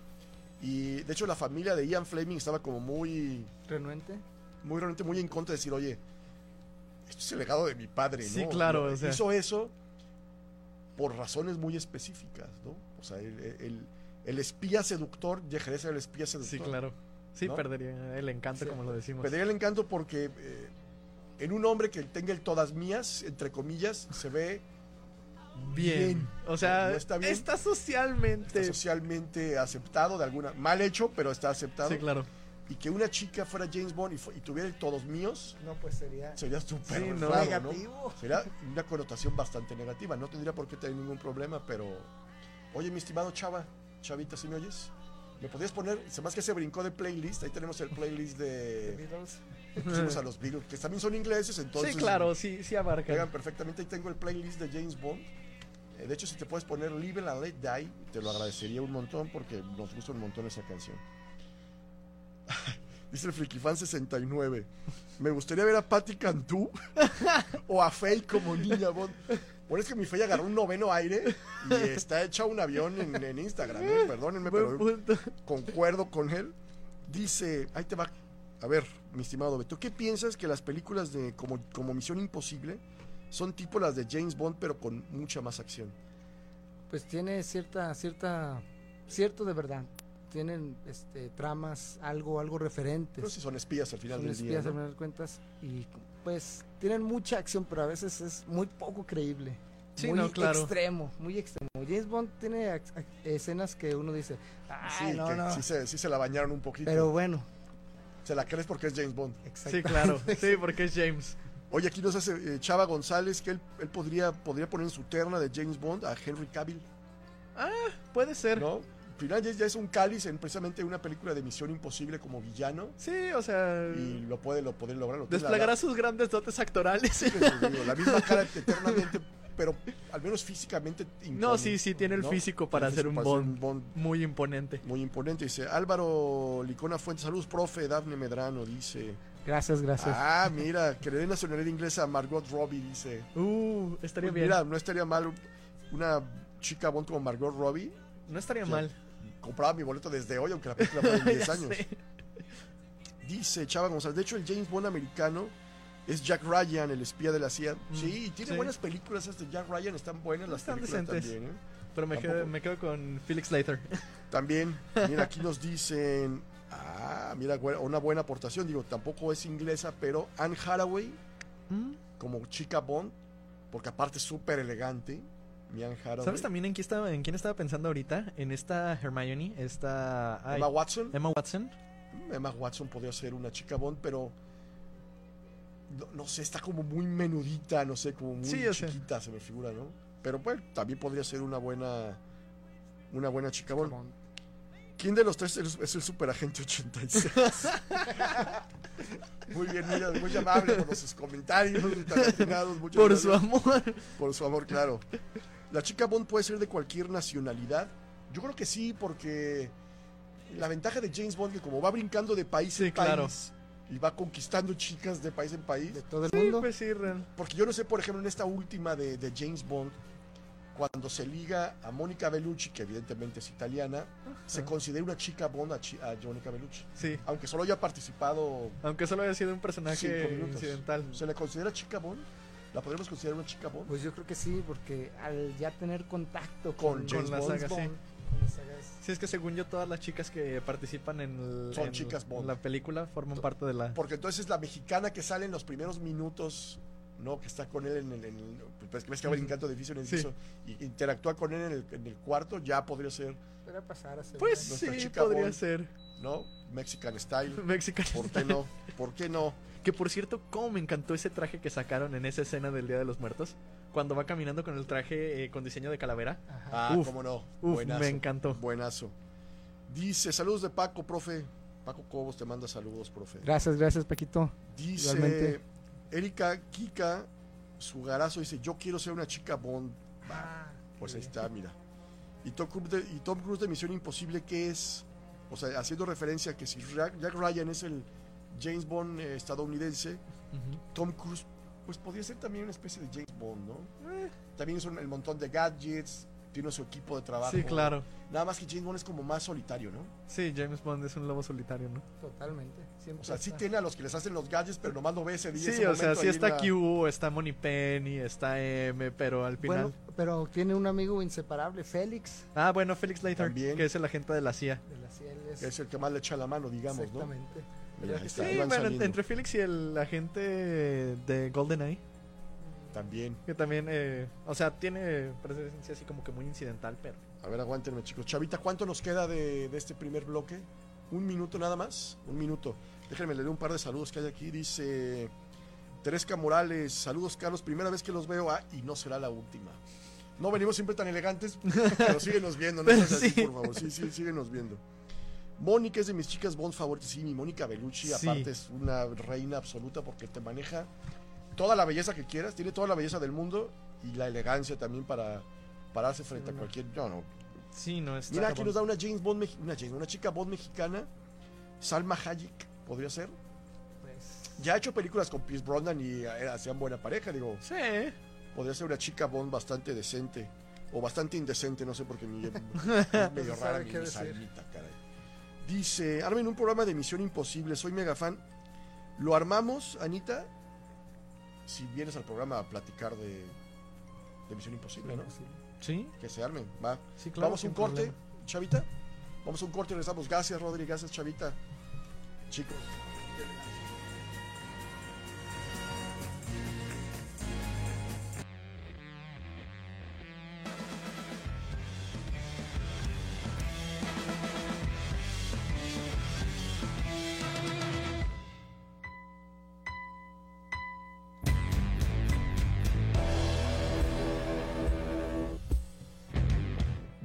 S1: Y de hecho la familia de Ian Fleming estaba como muy,
S3: Renuente.
S1: muy realmente muy en contra de decir, oye, esto es el legado de mi padre, ¿no?
S2: Sí, claro,
S1: No,
S2: o sea.
S1: Hizo eso por razones muy específicas, ¿no? O sea, el, el- el espía seductor dejaría de ser el espía seductor.
S2: sí, claro. Sí,
S1: ¿No?
S2: perdería el encanto,
S3: Sí.
S2: como lo decimos.
S1: Me daría el encanto porque eh, en un hombre que tenga el todas mías, entre comillas, se ve
S2: Bien.
S1: bien.
S2: O sea,
S1: No
S2: está,
S1: está bien.
S2: socialmente.
S1: está socialmente aceptado de alguna mal hecho, pero está aceptado.
S2: Sí, claro.
S1: Y que una chica fuera James Bond y, fu- y tuviera el todos míos,
S3: No, pues sería
S1: sería súper
S2: Sí, no.
S1: raro, ¿no?
S3: negativo.
S1: Sería una connotación bastante negativa. No tendría por qué tener ningún problema, pero. Oye, mi estimado Chava, Chavita, ¿sí me oyes? ¿Me podías poner? Se más que se brincó de playlist. Ahí tenemos el playlist
S3: The
S1: de.
S3: Beatles.
S1: Pusimos a los Beatles, que también son ingleses, entonces.
S2: sí, claro, sí, sí abarca.
S1: Pegan perfectamente. Ahí tengo el playlist de James Bond. Eh, de hecho, si te puedes poner Live and Let Die, te lo agradecería un montón porque nos gusta un montón esa canción. Dice el FrikiFan69. Me gustaría ver a Patty Cantú o a Faye como niña Bond. Bueno, es que mi Faye agarró un noveno aire y está hecha un avión en, en Instagram. ¿eh? Perdónenme,
S2: Buen
S1: pero
S2: punto.
S1: concuerdo con él. Dice, ahí te va. A ver, mi estimado Beto, ¿qué piensas que las películas de como, como Misión Imposible son tipo las de James Bond, pero con mucha más acción?
S3: Pues tiene cierta, cierta, cierto de verdad. Tienen este, tramas, algo, algo referentes.
S1: No sé si son espías al final
S3: son
S1: del
S3: espías
S1: día.
S3: al
S1: ¿no?
S3: final de cuentas y pues tienen mucha acción, pero a veces es muy poco creíble.
S2: Sí,
S3: muy
S2: no, claro.
S3: extremo, muy extremo. James Bond tiene ac- ac- escenas que uno dice,
S1: Sí,
S3: "Ay, no,
S1: que
S3: no".
S1: sí se, sí se la bañaron un poquito.
S3: Pero bueno,
S1: Se la crees porque es James Bond.
S3: exacto.
S2: Sí, claro. Sí, porque es James.
S1: Oye, aquí nos hace eh, Chava González que él, él podría, podría poner en su terna de James Bond a Henry Cavill,
S2: Puede ser.
S1: ¿no? Final ya, ya es un cáliz en precisamente una película de Misión Imposible como villano
S2: Sí, o sea.
S1: y lo puede lo podría lograr. lo tiene la-
S2: Desplegará sus grandes dotes actorales.
S1: la, digo, la misma cara eternamente, pero al menos físicamente.
S2: No,
S1: impone,
S2: sí, sí, tiene el
S1: ¿no?
S2: físico para
S1: Tiene
S2: ser
S1: el
S2: un
S1: físico para
S2: Bond muy imponente.
S1: Muy imponente, dice Álvaro Licona Fuentes. Saludos, profe. Dafne Medrano dice.
S3: Gracias, gracias.
S1: Ah, mira, que le den nacionalidad inglesa a Margot Robbie, dice.
S2: Uh, estaría
S1: Pues
S2: bien.
S1: Mira, no estaría mal una chica Bond como Margot Robbie.
S2: no estaría
S1: ya,
S2: mal.
S1: Compraba mi boleto desde hoy, aunque la película fue en 10
S2: Ya
S1: años.
S2: sé.
S1: Dice Chava González. De hecho, el James Bond americano es Jack Ryan, el espía de la CIA.
S2: Mm,
S1: sí, y tiene
S2: sí.
S1: buenas películas. Estas de Jack Ryan están buenas, las
S2: Están
S1: películas
S2: decentes.
S1: también. ¿eh?
S2: Pero me quedo,
S1: Tampoco.
S2: me quedo con Felix Leiter.
S1: También, mira, aquí nos dicen. Ah, mira, güey, una buena aportación. Digo, tampoco es inglesa, pero Anne Hathaway
S2: Mm.
S1: como chica Bond, porque aparte es súper elegante. Mi Anne Hathaway.
S2: ¿Sabes también en quién, estaba, en quién estaba pensando ahorita? En esta Hermione, esta... ay,
S1: Emma Watson.
S2: Emma Watson.
S1: Emma Watson podría ser una chica Bond, pero no, no sé, está como muy menudita, no sé, como muy
S2: Sí, ya sé.
S1: chiquita se me figura, ¿no? Pero bueno, también podría ser una buena una buena chica Bond. ¿Quién de los tres es, es el superagente 86? muy bien, mira, muy amable por sus comentarios tan atinados, muchas
S2: Por
S1: gracias.
S2: su amor.
S1: Por su amor, claro. La chica Bond puede ser de cualquier nacionalidad. Yo creo que sí, porque la ventaja de James Bond que como va brincando de país
S2: Sí,
S1: en
S2: claro.
S1: país y va conquistando chicas de país en país.
S3: De todo el
S2: Sí,
S3: mundo.
S2: pues sí, real.
S1: Porque yo no sé, por ejemplo, en esta última de, de James Bond, cuando se liga a Mónica Bellucci, que evidentemente es italiana, se considera una chica Bond a, chi- a Mónica Bellucci.
S2: Sí.
S1: Aunque solo haya participado,
S2: Aunque solo haya sido un
S1: Cinco
S2: personaje
S1: minutos.
S2: incidental.
S1: ¿se le considera chica Bond? ¿La podríamos considerar una chica Bond?
S3: Pues yo creo que sí, porque al ya tener contacto
S1: Con
S3: con,
S1: James
S3: con
S2: Bond.
S3: saga,
S2: Bond,
S3: sí. con la saga es-
S2: Sí, es que según yo todas las chicas que participan en, el-
S1: Son
S2: en
S1: chicas Bond.
S2: la película forman parte de la...
S1: Porque entonces la mexicana que sale en los primeros minutos, ¿no? Que está con él en el. en el- pues, ves que va brincando de edificio en edificio y interactúa con él en el, en el cuarto, ya podría ser,
S3: Espera pasar a ser
S2: Pues
S3: una-
S1: Nuestra
S2: sí,
S1: chica
S2: podría
S1: Bond.
S2: ser.
S1: ¿no? Mexican style.
S2: Mexicana.
S1: ¿Por qué no? ¿Por qué no?
S2: Que por cierto, cómo me encantó ese traje que sacaron en esa escena del Día de los Muertos. Cuando va caminando con el traje eh, con diseño de calavera.
S3: Ajá.
S1: Ah,
S2: Uf,
S1: cómo no.
S2: Uf,
S1: buenazo.
S2: me encantó.
S1: Buenazo. Dice, saludos de Paco, profe. Paco Cobos te manda saludos, profe.
S3: Gracias, gracias, Paquito.
S1: Dice
S3: igualmente.
S1: Erika Kika, su garazo, dice, yo quiero ser una chica Bond. Pues
S3: qué
S1: ahí
S3: bien.
S1: está, mira. Y Tom, Cruise de, y Tom Cruise de Misión Imposible, ¿qué es? O sea, haciendo referencia a que si Ra- Jack Ryan es el James Bond eh, estadounidense,
S2: Ujú.
S1: Tom Cruise, pues podría ser también una especie de James Bond, ¿no? También es un- el montón de gadgets, tiene su equipo de trabajo.
S2: Sí, claro.
S1: Nada más que James Bond es como más solitario, ¿no?
S2: Sí, James Bond es un lobo solitario, ¿no?
S3: Totalmente. Siempre
S1: O sea, sí
S3: está.
S1: tiene a los que les hacen los gadgets, pero nomás lo ve ese día.
S2: Sí,
S1: ese
S2: o sea,
S1: momento
S2: sí
S1: ahí en
S2: está
S1: la-
S2: Q, está Money Penny, está M, pero al final.
S3: Bueno, pero tiene un amigo inseparable, Félix,
S2: ah, bueno, Felix Leiter,
S1: También.
S2: que es el agente de la CIA.
S3: de la CL.
S1: que Es el que más le echa la mano, digamos, ¿no?
S3: Exactamente.
S1: Mira, ahí
S2: Sí,
S1: está, ahí van
S2: bueno,
S1: saliendo.
S2: entre Felix y el agente de GoldenEye,
S1: También.
S2: que también, eh, o sea, tiene presencia así como que muy incidental, pero.
S1: A ver, aguántenme, chicos. Chavita, ¿cuánto nos queda de, de este primer bloque? ¿Un minuto nada más? Un minuto. Déjenme leer un par de saludos que hay aquí. Dice Teresca Morales. Saludos, Carlos. Primera vez que los veo. Ah, y no será la última. No venimos siempre tan elegantes, pero síguenos viendo. No
S2: Pero
S1: seas así,
S2: sí.
S1: por favor. Sí, sí, síguenos viendo. Mónica es de mis chicas Bond favoritas. Sí, mi Mónica Bellucci,
S2: Sí.
S1: aparte, es una reina absoluta porque te maneja toda la belleza que quieras. Tiene toda la belleza del mundo y la elegancia también para pararse frente a
S2: Mm.
S1: cualquier. No, no,
S2: Sí, no está.
S1: Mira, aquí
S2: cabrón.
S1: nos da una James Bond, mex- una, James- una chica Bond mexicana, Salma Hayek, podría ser.
S3: Pues,
S1: Ya ha hecho películas con Pierce Brosnan y eh, hacían buena pareja, digo.
S2: Sí.
S1: Podría ser una chica Bond bastante decente. O bastante indecente, no sé, porque mi, es medio
S3: sabe
S1: rara mi
S3: qué decir.
S1: Salmita, caray. Dice, armen un programa de Misión Imposible, soy mega fan. ¿Lo armamos, Anita? Si vienes al programa a platicar de, de Misión Imposible, ¿no?
S3: sí.
S2: Sí,
S1: Que se armen, va.
S2: sí, claro.
S1: Vamos a
S2: sin
S1: un corte,
S2: problema.
S1: Chavita. Vamos a un corte y regresamos. Gracias, Rodri. Gracias, Chavita. Chicos.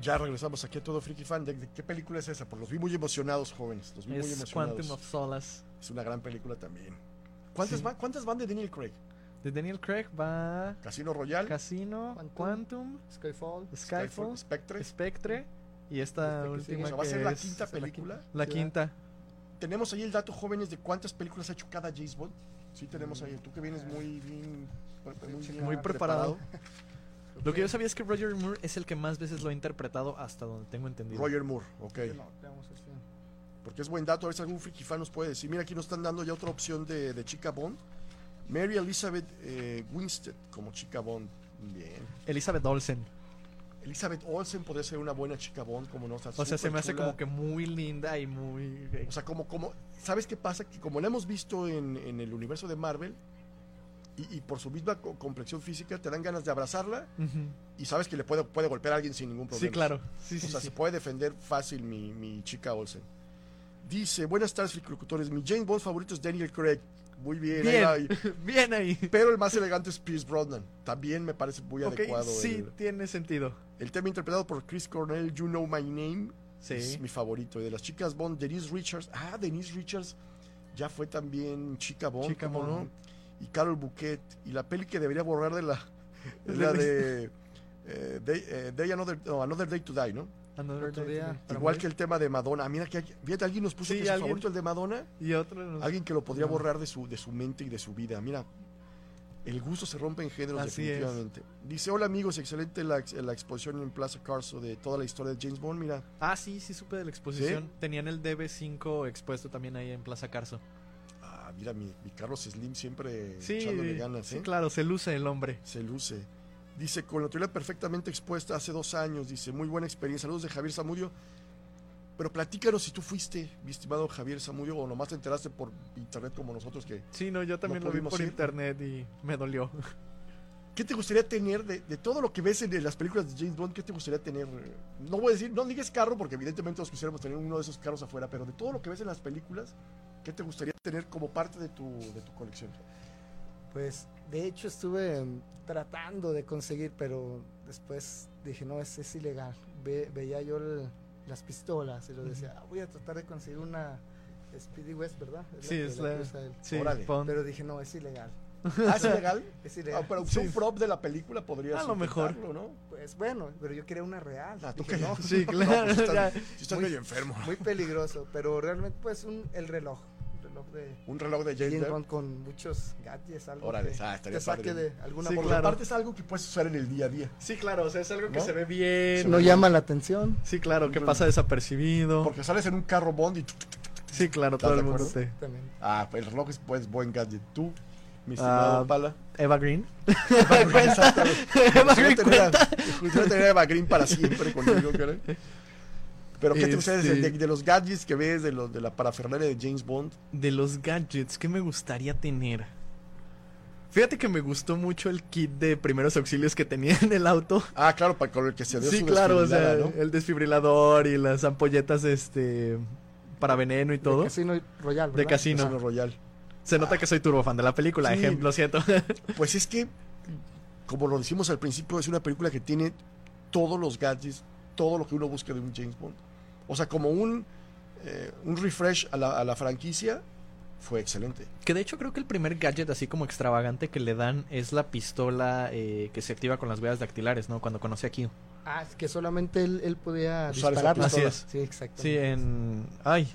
S1: Ya regresamos aquí a todo Freaky Fan. ¿De, de qué película es esa? Por los vi muy emocionados, jóvenes. Los vi muy
S2: Es
S1: emocionados.
S2: Quantum of Solace.
S1: Es una gran película también. ¿Cuántas,
S2: Sí.
S1: van, ¿Cuántas van de Daniel Craig?
S2: De Daniel Craig va
S1: Casino Royale,
S2: Casino, Quantum,
S3: Quantum, Skyfall.
S1: Skyfall,
S2: Skyfall,
S1: Spectre.
S2: Spectre y esta
S3: Esta que sigue.
S1: O
S2: última
S1: sea, va a
S2: que
S1: ser la
S2: es
S1: quinta
S3: es la
S1: película.
S2: la
S3: Sí,
S2: quinta.
S1: Tenemos ahí el dato, jóvenes, de cuántas películas ha hecho cada James Bond. Sí, tenemos ahí. Tú que vienes muy bien. Muy, bien
S2: Mm. Muy preparado. Lo que yo sabía es que Roger Moore es el que más veces lo ha interpretado hasta donde tengo entendido.
S1: Roger Moore, ok.
S3: No, tenemos el fin.
S1: Porque es buen dato, a ver si algún friki fan nos puede decir. Mira, aquí nos están dando ya otra opción de, de chica Bond. Mary Elizabeth eh, Winstead como chica Bond. Bien.
S2: Elizabeth Olsen.
S1: Elizabeth Olsen podría ser una buena chica Bond, como no está
S2: O sea, se me hace
S1: superchula.
S2: como que muy linda y muy... eh,
S1: O sea, como, como, ¿sabes qué pasa? Que como la hemos visto en, en el universo de Marvel, y, y por su misma co- complexión física, te dan ganas de abrazarla
S2: Ujú.
S1: y sabes que le puede, puede golpear a alguien sin ningún problema.
S2: Sí, claro. Sí, sí,
S1: o sea,
S2: sí.
S1: se puede defender fácil mi, mi chica Olsen. Dice, buenas tardes, friclocutores. Mi James Bond favorito es Daniel Craig. Muy bien, ahí
S2: Bien.
S1: va, y-
S2: Bien ahí.
S1: Pero el más elegante es Pierce Brosnan. También me parece muy
S2: Ok,
S1: adecuado.
S2: sí,
S1: el-
S2: tiene sentido.
S1: El, tema interpretado por Chris Cornell, You Know My Name,
S2: Sí.
S1: es mi favorito. Y de las chicas Bond, Denise Richards. Ah, Denise Richards ya fue también chica Bond,
S2: Chica
S1: ¿cómo
S2: Bond,
S1: no?
S2: ajá.
S1: Y Carol Bouquet. Y la peli que debería borrar de la... es la de... eh, Day, eh, Day Another, no, Another Day to Die, ¿no?
S2: Another
S3: Otro
S2: Day
S3: día.
S2: Tonight.
S1: Igual que el tema de Madonna. Ah, mira que hay- fíjate, alguien nos puso
S2: Sí,
S1: que su
S2: alguien-
S1: favorito el de Madonna.
S2: Y otro... no sé.
S1: Alguien que lo podría
S2: No.
S1: borrar de su, de su mente y de su vida. Mira, el gusto se rompe en géneros
S2: Así es.
S1: definitivamente. Dice, hola amigos, excelente la, ex- la exposición en Plaza Carso de toda la historia de James Bond. Mira,
S2: Ah, sí, sí supe de la exposición. Tenían el DB5 expuesto también ahí en Plaza Carso.
S1: ah, mira mi, mi Carlos Slim siempre
S2: Sí,
S1: echándole ganas.
S2: sí,
S1: ¿eh?
S2: claro, se luce el hombre.
S1: Se luce. Dice, con la teoría perfectamente expuesta hace dos años. Dice, muy buena experiencia. Saludos de Javier Zamudio. Pero platícanos si tú fuiste, mi estimado Javier Zamudio, o nomás te enteraste por internet como nosotros que...
S2: Sí, no, yo también
S1: No
S2: lo vi
S1: pudimos
S2: por
S1: ir.
S2: internet y me dolió.
S1: ¿Qué te gustaría tener de, de todo lo que ves en las películas de James Bond? ¿Qué te gustaría tener? No voy a decir, no digas carro, porque evidentemente todos quisiéramos tener uno de esos carros afuera, pero de todo lo que ves en las películas, ¿qué te gustaría tener como parte de tu, de tu colección?
S3: Pues de hecho estuve mm, tratando de conseguir, pero después dije, no, es, es ilegal. Ve- veía yo el- las pistolas y lo decía, "Ah, voy a tratar de conseguir una Speedy West, ¿verdad?
S2: Sí,
S3: que
S2: es
S3: que
S2: la-
S3: usa él.
S2: Sí,
S1: Órale.
S2: pon-
S3: Pero dije, no, es ilegal.
S1: ¿Ah, es legal?
S3: Es
S1: Ah,
S3: ilegal.
S1: pero un
S2: Sí.
S1: prop de la película podría
S2: A lo mejor.
S1: ¿no?
S3: Pues bueno, pero yo quería una real.
S1: Ah, tú
S3: Dije,
S1: qué.
S3: no,
S2: Sí, claro.
S1: No, pues estás-
S2: ya.
S1: sí estás medio enfermo.
S3: muy peligroso, pero realmente pues un, el reloj. El reloj de
S1: Un reloj de James
S3: James
S1: Bond.
S3: Bond con muchos gadgets, algo
S1: Órale,
S3: que
S1: ah, estaría
S3: te saque
S1: padre.
S3: de alguna
S1: Porque
S2: Sí,
S3: forma.
S2: claro.
S1: aparte es algo que puedes usar en el día a día.
S2: Sí, claro, o sea, es algo que
S1: ¿No?
S2: se ve bien.
S3: No llama la atención.
S2: Sí, claro, que pasa desapercibido.
S1: Porque sales en un carro Bond y...
S2: Sí, claro,
S1: ¿Estás
S2: todo
S1: de
S2: el mundo.
S1: acuerdo?
S2: te-
S3: También.
S1: Ah, pues el reloj es pues buen gadget. Tú, mi estimado
S2: Ah,
S1: Pala.
S2: Eva Green.
S1: Exactamente.
S2: Eva
S1: Yo
S2: Green
S1: tener a- yo tener a Eva Green para siempre conmigo, caray. Pero ¿qué te gusta de-
S2: Este-
S1: de, de los gadgets que ves, de, los, de la parafernalia de James Bond?
S2: De los gadgets, ¿qué me gustaría tener? Fíjate que me gustó mucho el kit de primeros auxilios que tenía en el auto.
S1: Ah, claro, para, con el que se dio
S2: Sí,
S1: su
S2: claro, o sea,
S1: desfilada, ¿no?
S2: el desfibrilador y las ampolletas este para veneno y todo.
S3: De Casino Royal,
S2: De
S3: ¿verdad?
S1: El
S2: casino.
S1: Casino Royal.
S2: Se nota que soy turbofan de la película,
S1: Sí.
S2: ejemplo, lo siento.
S1: Pues es que, como lo decimos al principio, es una película que tiene todos los gadgets, todo lo que uno busca de un James Bond. O sea, como un, eh, un refresh a la, a la franquicia, fue excelente.
S2: que de hecho creo que el primer gadget así como extravagante que le dan es la pistola eh, que se activa con las veas dactilares, ¿no? Cuando conoce a Q.
S3: Ah, es que solamente él, él podía
S1: Usar esa
S3: dispararla.
S2: pistola. Así es.
S3: Sí, exacto.
S2: Sí, en... Ay,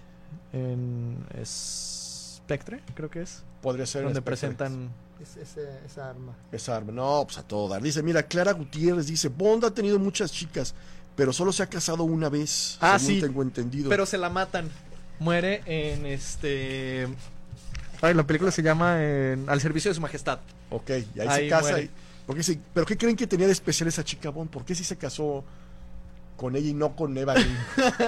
S2: en... Spectre, creo que es.
S1: Podría ser...
S2: Donde
S1: Spectre.
S2: presentan...
S3: Es- ese- esa arma.
S1: Esa arma, no, pues a todo dar. Dice, mira, Clara Gutiérrez dice, Bond ha tenido muchas chicas, pero solo se ha casado una vez,
S2: Ah,
S1: según
S2: sí.
S1: tengo entendido.
S2: Pero se la matan. Muere en este. Ay, la película se llama en- Al servicio de su majestad.
S1: ok, y ahí, se
S2: Ahí
S1: casa.
S2: muere.
S1: y- porque dice, ¿pero qué creen que tenía de especial esa chica Bond? ¿Por qué si se casó con ella y no con Eva Green?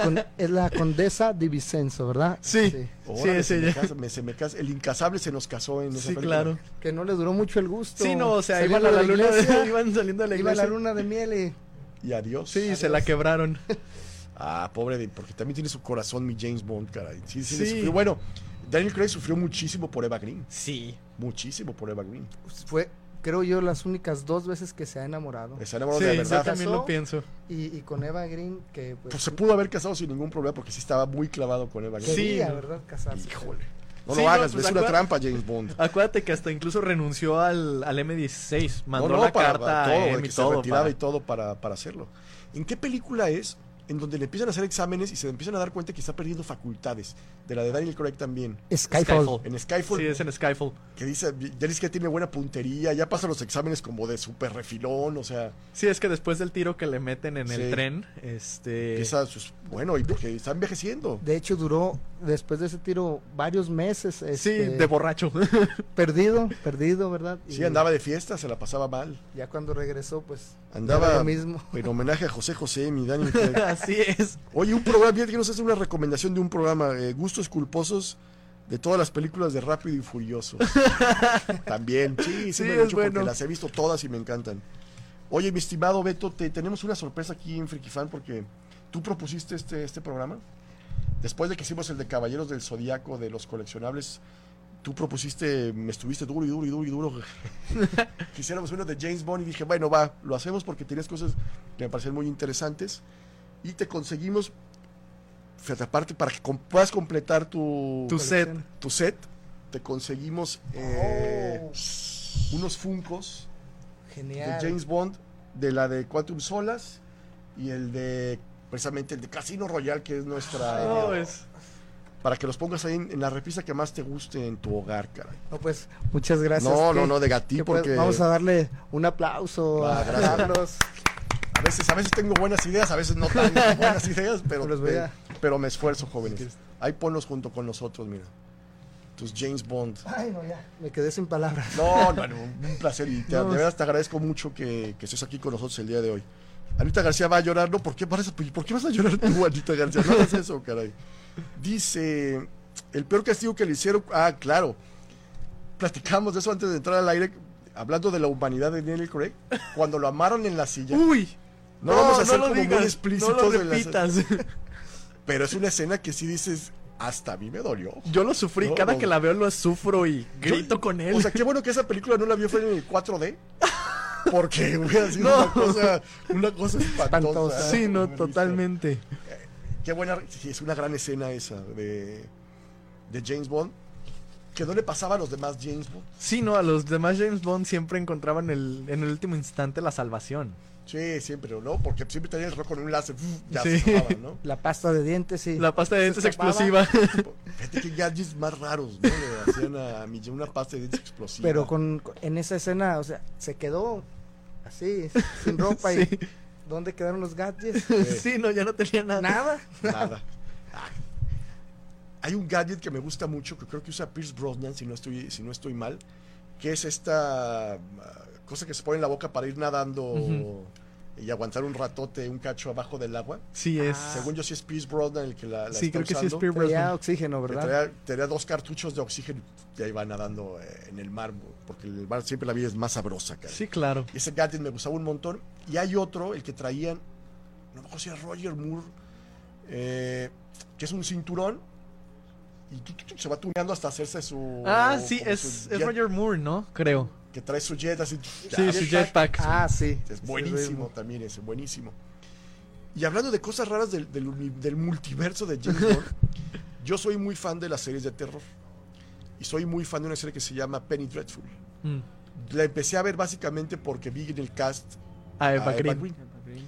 S3: Con- es la condesa de Vicenzo, ¿verdad?
S2: Sí.
S1: Órale, se
S2: Sí, sí,
S1: me
S2: ya.
S1: casa- me- se me casa- el incasable se nos casó en esa
S2: Sí,
S1: película.
S2: claro.
S3: Que no le duró mucho el gusto.
S2: Sí, no, o sea,
S3: Saliendo
S2: iban a la
S3: de
S2: luna.
S3: iglesia, iba,
S2: iban saliendo de la
S3: a
S2: iglesia.
S3: la luna de miel y
S1: Y adiós.
S2: Sí, se la quebraron.
S1: Ah, pobre de, porque también tiene su corazón mi James Bond, caray. Sí, sí, le
S2: Sí.
S1: sufrió. Bueno, Daniel Craig sufrió muchísimo por Eva Green,
S2: Sí.
S1: muchísimo por Eva Green.
S3: pues, fue creo yo, las únicas dos veces que se ha enamorado.
S1: Está enamorado
S2: sí,
S1: de
S2: yo
S1: verdad.
S2: también lo pienso.
S3: Y, y con Eva Green, que pues,
S1: Pues se pudo haber casado sin ningún problema porque sí estaba muy clavado con Eva. Green.
S3: quería,
S2: sí.
S3: ¿verdad? Casarse.
S1: Híjole. No
S2: Sí,
S1: lo
S2: no,
S1: hagas,
S2: pues,
S1: es una
S2: acuérdate-
S1: trampa, James Bond.
S2: Acuérdate que hasta incluso renunció al, al M16. Mandó
S1: no, no,
S2: la
S1: para,
S2: carta
S1: para
S2: a
S1: todo, de
S2: M
S1: que
S2: y
S1: se
S2: todo.
S1: retiraba
S2: para-
S1: y todo para, para hacerlo. ¿En qué película es en donde le empiezan a hacer exámenes y se empiezan a dar cuenta que está perdiendo facultades? De la de Daniel Craig también.
S3: Skyfall.
S2: Skyfall.
S1: En Skyfall,
S2: Sí, es en Skyfall.
S1: que dice, ya dice que tiene buena puntería, ya pasa los exámenes como de súper refilón, o sea,
S2: Sí, es que después del tiro que le meten en
S1: Sí.
S2: el tren, este...
S1: empieza sus- pues, bueno, y porque está envejeciendo.
S3: De hecho, duró después de ese tiro varios meses.
S2: Sí,
S3: este,
S2: de borracho.
S3: perdido, perdido, ¿verdad?
S1: Sí, andaba de fiesta, se la pasaba mal.
S3: Ya cuando regresó, pues. ya
S1: Andaba-
S3: era lo mismo.
S1: En homenaje a José José, mi Daniel Craig.
S2: Así es.
S1: Oye, un programa, fíjate que nos hace una recomendación de un programa, eh, Gustos Culposos, de todas las películas de Rápido y Furioso. También, sí, sí,
S2: Sí,
S1: me
S2: es
S1: lo he hecho
S2: bueno.
S1: porque las he visto todas y me encantan. Oye, mi estimado Beto, te tenemos una sorpresa aquí en Frikifan porque tú propusiste este, este programa. Después de que hicimos el de Caballeros del Zodíaco, de los coleccionables, tú propusiste, me estuviste duro y duro y duro y duro. Quisiéramos uno de James Bond y dije, bueno, va, lo hacemos porque tenías cosas que me parecían muy interesantes y te conseguimos, fíjate, aparte, para que com- puedas completar tu,
S2: Tu set.
S1: tu set, te conseguimos eh, unos funcos de
S3: Genial.
S1: James Bond, de la de Quantum Solas y el de, precisamente, el de Casino Royale, que es nuestra...
S2: No, Oh, es...
S1: Para que los pongas ahí en, en la repisa que más te guste en tu hogar, caray.
S3: No, pues, muchas gracias.
S1: no,
S3: que-
S1: no, no, de gatí,
S3: que, pues,
S1: porque
S3: Vamos a darle un aplauso
S1: Ah,
S3: a
S1: gracias.
S3: Carlos.
S1: a veces, a veces tengo buenas ideas, a veces no tengo buenas ideas, pero,
S3: Los voy a-
S1: pero me esfuerzo, jóvenes.
S2: Es
S1: Ahí ponlos junto con nosotros, mira. Tus James Bond.
S3: Ay, no, ya. Me quedé sin palabras.
S1: No, no, no, un placer. Y te-
S2: No,
S1: de
S2: es-
S1: verdad te agradezco mucho que, que estés aquí con nosotros el día de hoy. Anita García va a llorar, ¿no? ¿Por qué, vas a- ¿Por qué vas a llorar tú, Anita García? No hagas eso, caray. Dice, el peor castigo que le hicieron... Ah, claro. Platicamos de eso antes de entrar al aire, hablando de la humanidad de Daniel Craig, cuando lo amaron en la silla.
S2: Uy,
S1: No, vamos a
S2: no
S1: ser
S2: lo
S1: como
S2: digas,
S1: muy
S2: No
S1: explícitos
S2: lo
S1: en las-
S2: repitas.
S1: Pero es una escena que sí dices, hasta a mí me dolió.
S2: Yo lo sufrí,
S1: No,
S2: cada
S1: no.
S2: que la veo lo sufro y grito
S1: Yo-
S2: con él.
S1: O sea, qué bueno que esa película no la vio fue en el 4D. Porque hubiera sido
S2: No.
S1: una cosa, una cosa espantosa.
S3: Espantosa.
S2: sí, no,
S1: Hubiera
S2: totalmente.
S1: visto. Qué buena, sí, es una gran escena esa de, de James Bond. Que no le pasaba a los demás James Bond.
S2: Sí, no, a los demás James Bond siempre encontraban el, en el último instante la salvación.
S1: Sí, siempre, ¿no? Porque siempre tenía el reloj con un láser. ¡fuf! Ya
S2: Sí.
S1: se acababa, ¿no?
S3: La pasta de dientes, sí.
S2: La pasta de dientes
S3: escapaba.
S2: explosiva.
S1: Fíjate que gadgets más raros, ¿no? Le hacían a, mi Jim una pasta de dientes explosiva.
S3: Pero con, con- en esa escena, o sea, se quedó así, sin ropa.
S2: Sí.
S3: ¿Y dónde quedaron los gadgets?
S1: Sí.
S2: Sí, no, ya no tenía nada.
S3: Nada.
S1: Nada. Ah. Hay un gadget que me gusta mucho, que creo que usa Pierce Brosnan, si no estoy, si no estoy mal, que es esta ah, cosa que se pone en la boca para ir nadando
S2: Ujú.
S1: y aguantar un ratote, un cacho abajo del agua.
S2: Sí, es.
S3: Ah,
S1: Según yo, sí es Pierce Brosnan el que la, la
S2: sí,
S1: está
S2: creo que sí es
S1: usando,
S2: Pierce
S3: Traía
S2: Brosnan.
S3: oxígeno,
S1: que
S3: ¿verdad?
S1: traía, traía dos cartuchos de oxígeno y ahí va nadando eh, en el mar, porque el mar siempre la vida es más sabrosa, cara.
S2: Sí, claro.
S1: Y ese gadget me gustaba un montón. Y hay otro, el que traían, no me acuerdo si era Roger Moore, eh, que es un cinturón y tu, tu, tu, se va tuneando hasta hacerse su.
S2: Ah, sí,
S1: como
S2: es,
S1: su
S2: es
S1: jet,
S2: Roger Moore, ¿no? Creo.
S1: Que trae su jet así.
S2: Sí, su jetpack.
S3: Ah, sí.
S1: Es
S3: Sí,
S1: buenísimo también ese, buenísimo. Y hablando de cosas raras del, del uni- del multiverso de James Bond, yo soy muy fan de las series de terror. Y soy muy fan de una serie que se llama Penny Dreadful.
S2: Mm.
S1: La empecé a ver básicamente porque vi en el cast
S2: Ah,
S1: a
S2: Eva
S1: Eva
S2: Green.
S1: Green.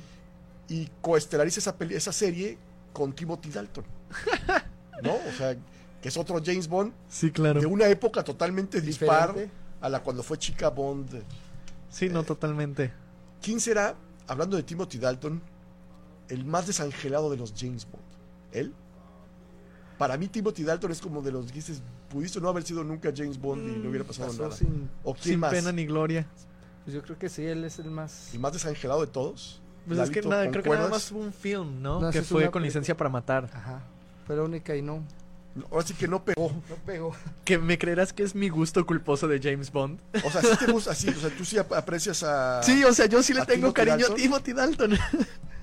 S1: y coestelariza esa, peli- esa serie con Timothy Dalton. ¿No? O sea, que es otro James Bond
S2: Sí,
S1: de
S2: claro.
S1: una época totalmente dispar
S3: Diferente.
S1: a la cuando fue chica Bond.
S2: Sí,
S1: Eh,
S2: no, totalmente.
S1: ¿Quién será, hablando de Timothy Dalton, el más desangelado de los James Bond? ¿Él? Para mí Timothy Dalton es como de los que dices, pudiste no haber sido nunca James Bond y no hubiera pasado
S3: Mm, Pasó
S1: nada.
S3: sin-
S1: ¿O quién
S2: Sin
S1: más?
S2: pena ni gloria.
S3: pues yo creo que sí, él es el más.
S1: ¿El más desangelado de todos?
S2: Pues es que
S1: Lalito,
S2: nada, creo que nada
S1: ¿concuerdas?
S2: más hubo un film, ¿no?
S3: No,
S2: que
S3: sí es
S2: fue
S3: una
S2: con
S3: película.
S2: licencia para matar.
S3: Ajá. Fue la única y no.
S1: Ahora sí que no pegó.
S3: No pegó.
S2: Que me creerás que es mi gusto culposo de James Bond.
S1: O sea, sí te gusta, sí, o sea, tú sí ap- aprecias a...
S2: Sí, o sea, yo sí le
S1: Ah. ¿A
S2: tengo
S1: Timothy
S2: cariño
S1: Dalton?
S2: a Timothy Dalton.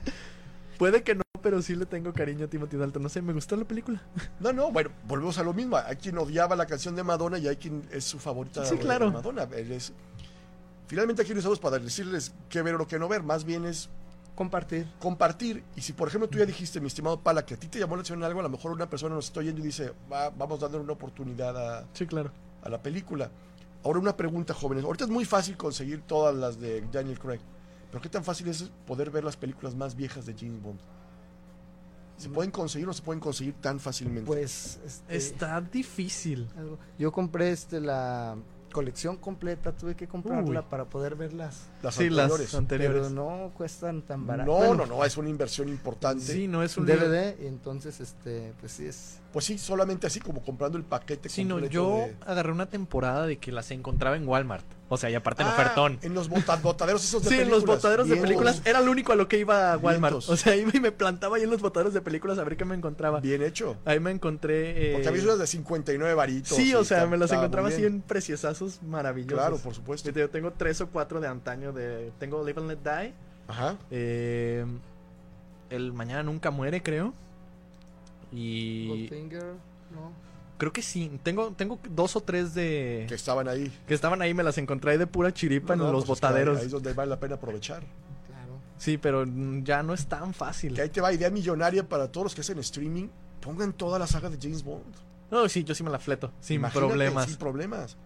S2: Puede que no, pero sí le tengo cariño a Timothy Dalton. No sé, me gustó la película.
S1: No, no, bueno, volvemos a lo mismo. Hay quien odiaba la canción de Madonna y hay quien es su favorita
S2: Sí,
S1: de
S2: claro.
S1: Madonna. Él es- Finalmente aquí no estamos para decirles qué ver o lo que no ver, más bien es
S3: Compartir.
S1: compartir. Y si, por ejemplo, tú ya dijiste, mi estimado Pala, que a ti te llamó la atención algo, a lo mejor una persona nos está oyendo y dice, "Va, vamos dándole una oportunidad a,
S3: Sí, claro.
S1: a la película. Ahora una pregunta, jóvenes. Ahorita es muy fácil conseguir todas las de Daniel Craig. Pero ¿qué tan fácil es poder ver las películas más viejas de James Bond?
S2: Mm.
S1: ¿Se pueden conseguir o no se pueden conseguir tan fácilmente?
S3: Pues este,
S2: Está difícil.
S3: algo- yo compré este la colección completa, tuve que comprarla para poder verlas.
S1: las
S2: sí,
S1: anteriores.
S2: las anteriores.
S3: Pero no cuestan tan barato.
S1: no,
S3: Bueno,
S1: no, no, es una inversión importante.
S2: Sí, no es un libro.
S3: DVD, y entonces este pues sí es
S1: Pues sí, solamente así como comprando el paquete.
S2: Sí, no,
S1: completo
S2: yo
S1: de-
S2: agarré una temporada de que las encontraba en Walmart. O sea, y aparte en
S1: Ah,
S2: ofertón.
S1: En los bota- botaderos esos de
S2: Sí, en
S1: películas.
S2: los botaderos de
S1: Vientos,
S2: películas era lo único a lo que iba a Walmart.
S1: Vientos.
S2: O sea, ahí me me plantaba ahí en los botaderos de películas a ver qué me encontraba.
S1: Bien hecho.
S2: Ahí me encontré. eh,
S1: Porque había unas de 59 varitos.
S2: Sí,
S1: y
S2: o sea,
S1: está-
S2: me los
S1: está muy
S2: encontraba este, así
S1: bien.
S2: en preciosazos maravillosos.
S1: Claro, por supuesto.
S2: Yo tengo tres o cuatro de antaño de... Tengo Live and Let Die.
S1: Ajá.
S2: eh, el Mañana Nunca Muere, creo. Y...
S3: Goldfinger, ¿no?
S2: Creo que sí. Tengo, tengo dos o tres de...
S1: Que estaban ahí.
S2: Que estaban ahí, me las encontré ahí de pura chiripa
S1: No,
S2: en los
S1: pues es que
S2: botaderos.
S1: Ahí es donde vale la pena aprovechar.
S3: Claro.
S2: Sí, pero mm, ya no es tan fácil.
S1: Que ahí te va idea millonaria para todos los que hacen streaming. Pongan toda la saga de James Bond.
S2: No, sí, yo sí me la fleto. Sin
S1: Imagínate,
S2: problemas.
S1: Sin problemas.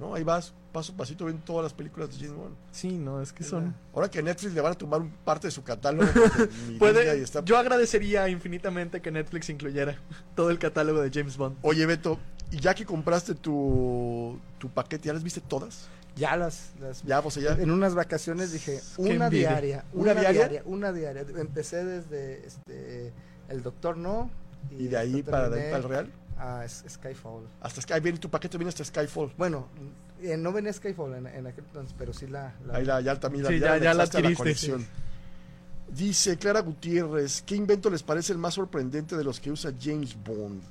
S1: No, ahí vas, paso a pasito, ven todas las películas de James Bond.
S2: Sí, no, es que son...
S1: Ahora que Netflix le van a tomar un parte de su catálogo. porque ni idea y
S2: Puede,
S1: está-
S2: yo agradecería infinitamente que Netflix incluyera todo el catálogo de James Bond.
S1: Oye, Beto, y ya que compraste tu, tu paquete, ¿ya las viste todas?
S3: Ya las, las
S1: Ya, pues, o sea, ya.
S3: en unas vacaciones dije
S2: Qué
S3: una
S2: envidia.
S3: diaria,
S1: ¿Una
S3: una,
S1: diaria?
S3: diaria? una diaria. Empecé desde este el doctor no
S1: Y de ahí
S3: hasta
S1: para, de ahí
S3: terminé
S1: para el Real.
S3: a S- Skyfall.
S1: Hasta Sky, viene tu paquete viene hasta Skyfall.
S3: Bueno, eh, no venía Skyfall en, en aquel entonces, pero sí la, la-
S1: Ahí la, ya también la,
S2: Sí, ya-
S1: la
S2: ya la
S1: anexaste a
S2: adquiriste.
S1: colección. Dice Clara Gutiérrez, ¿qué invento les parece el más sorprendente de los que usa James Bond?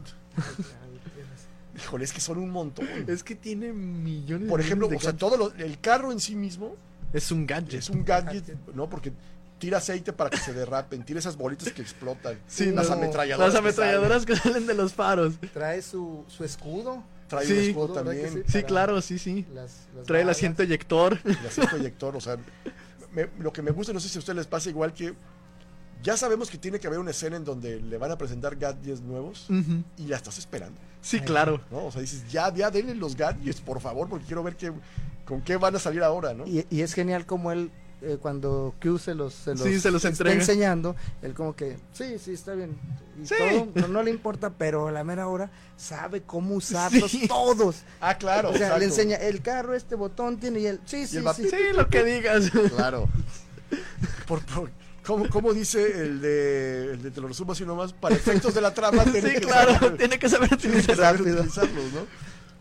S1: Híjole, es que son un montón.
S2: Es que tiene millones
S1: Por
S2: de
S1: ejemplo,
S2: millones de
S1: o sea, todo lo- el carro en sí mismo
S2: gadgets. es un gadget.
S1: es un gadget, ¿no? Porque tira aceite para que se derrapen, tira esas bolitas que explotan,
S2: Sí,
S1: las
S3: no.
S1: ametralladoras.
S2: Las
S1: que salen,
S2: ametralladoras que salen de los faros.
S3: Trae su, su escudo.
S1: Trae
S2: Sí.
S1: un escudo
S3: ¿verdad que
S1: también.
S2: Sí,
S3: Para-
S2: claro, sí, sí.
S3: Las, las
S2: Trae el
S3: balas.
S2: asiento eyector.
S1: y así el proyector, o sea, me- lo que me gusta, no sé si a ustedes les pasa igual que ya sabemos que tiene que haber una escena en donde le van a presentar gadgets nuevos
S2: Ujú.
S1: y la estás esperando,
S2: Sí,
S3: Ay.
S2: claro.
S1: ¿no? O sea, dices, ya, ya denle los gadgets, por favor, porque quiero ver qué, con qué van a salir ahora, ¿no?
S3: Y, y es genial como él, eh, cuando Q se los, se los,
S2: Sí, se los entrega.
S3: está enseñando, él como que, sí, sí, está bien. Y
S2: Sí.
S3: todo, no, no le importa, pero a la mera hora sabe cómo usarlos
S2: Sí.
S3: todos.
S1: Ah, claro.
S3: o sea,
S1: exacto.
S3: le enseña el carro, este botón tiene y él, sí, sí,
S1: el va-
S3: sí.
S2: Sí, lo que digas.
S1: Claro. Por, por- ¿cómo, cómo dice el de, el de te lo resumo así nomás? Para efectos de la trama, tiene
S2: Sí,
S1: que
S2: claro.
S1: saber-
S2: Tiene que saber
S1: tiene que
S2: utilizar
S1: saber
S2: rápido.
S1: utilizarlos, ¿no?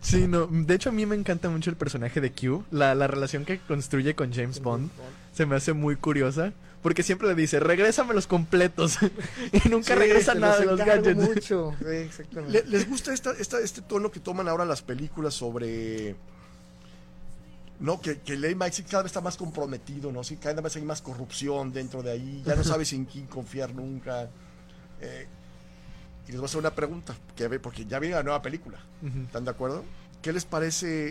S2: Sí, no. De hecho, a mí me encanta mucho el personaje de Q. La, la relación que construye con James Bond se me hace muy curiosa. Porque siempre le dice, regrésame los completos. y nunca
S1: Sí,
S2: regresa
S3: Se
S2: nada de
S3: los
S2: los
S3: encargo
S2: gadgets.
S3: mucho. Sí, exactamente.
S1: Le- ¿Les gusta esta, esta- este tono que toman ahora las películas sobre... No, que, que Ley Mike sí cada vez está más comprometido, ¿no? Sí, cada vez hay más corrupción dentro de ahí, ya no sabes en quién confiar nunca. Eh, y les voy a hacer una pregunta, que, ve- porque ya viene la nueva película,
S2: Ujú.
S1: ¿están de acuerdo? ¿Qué les parece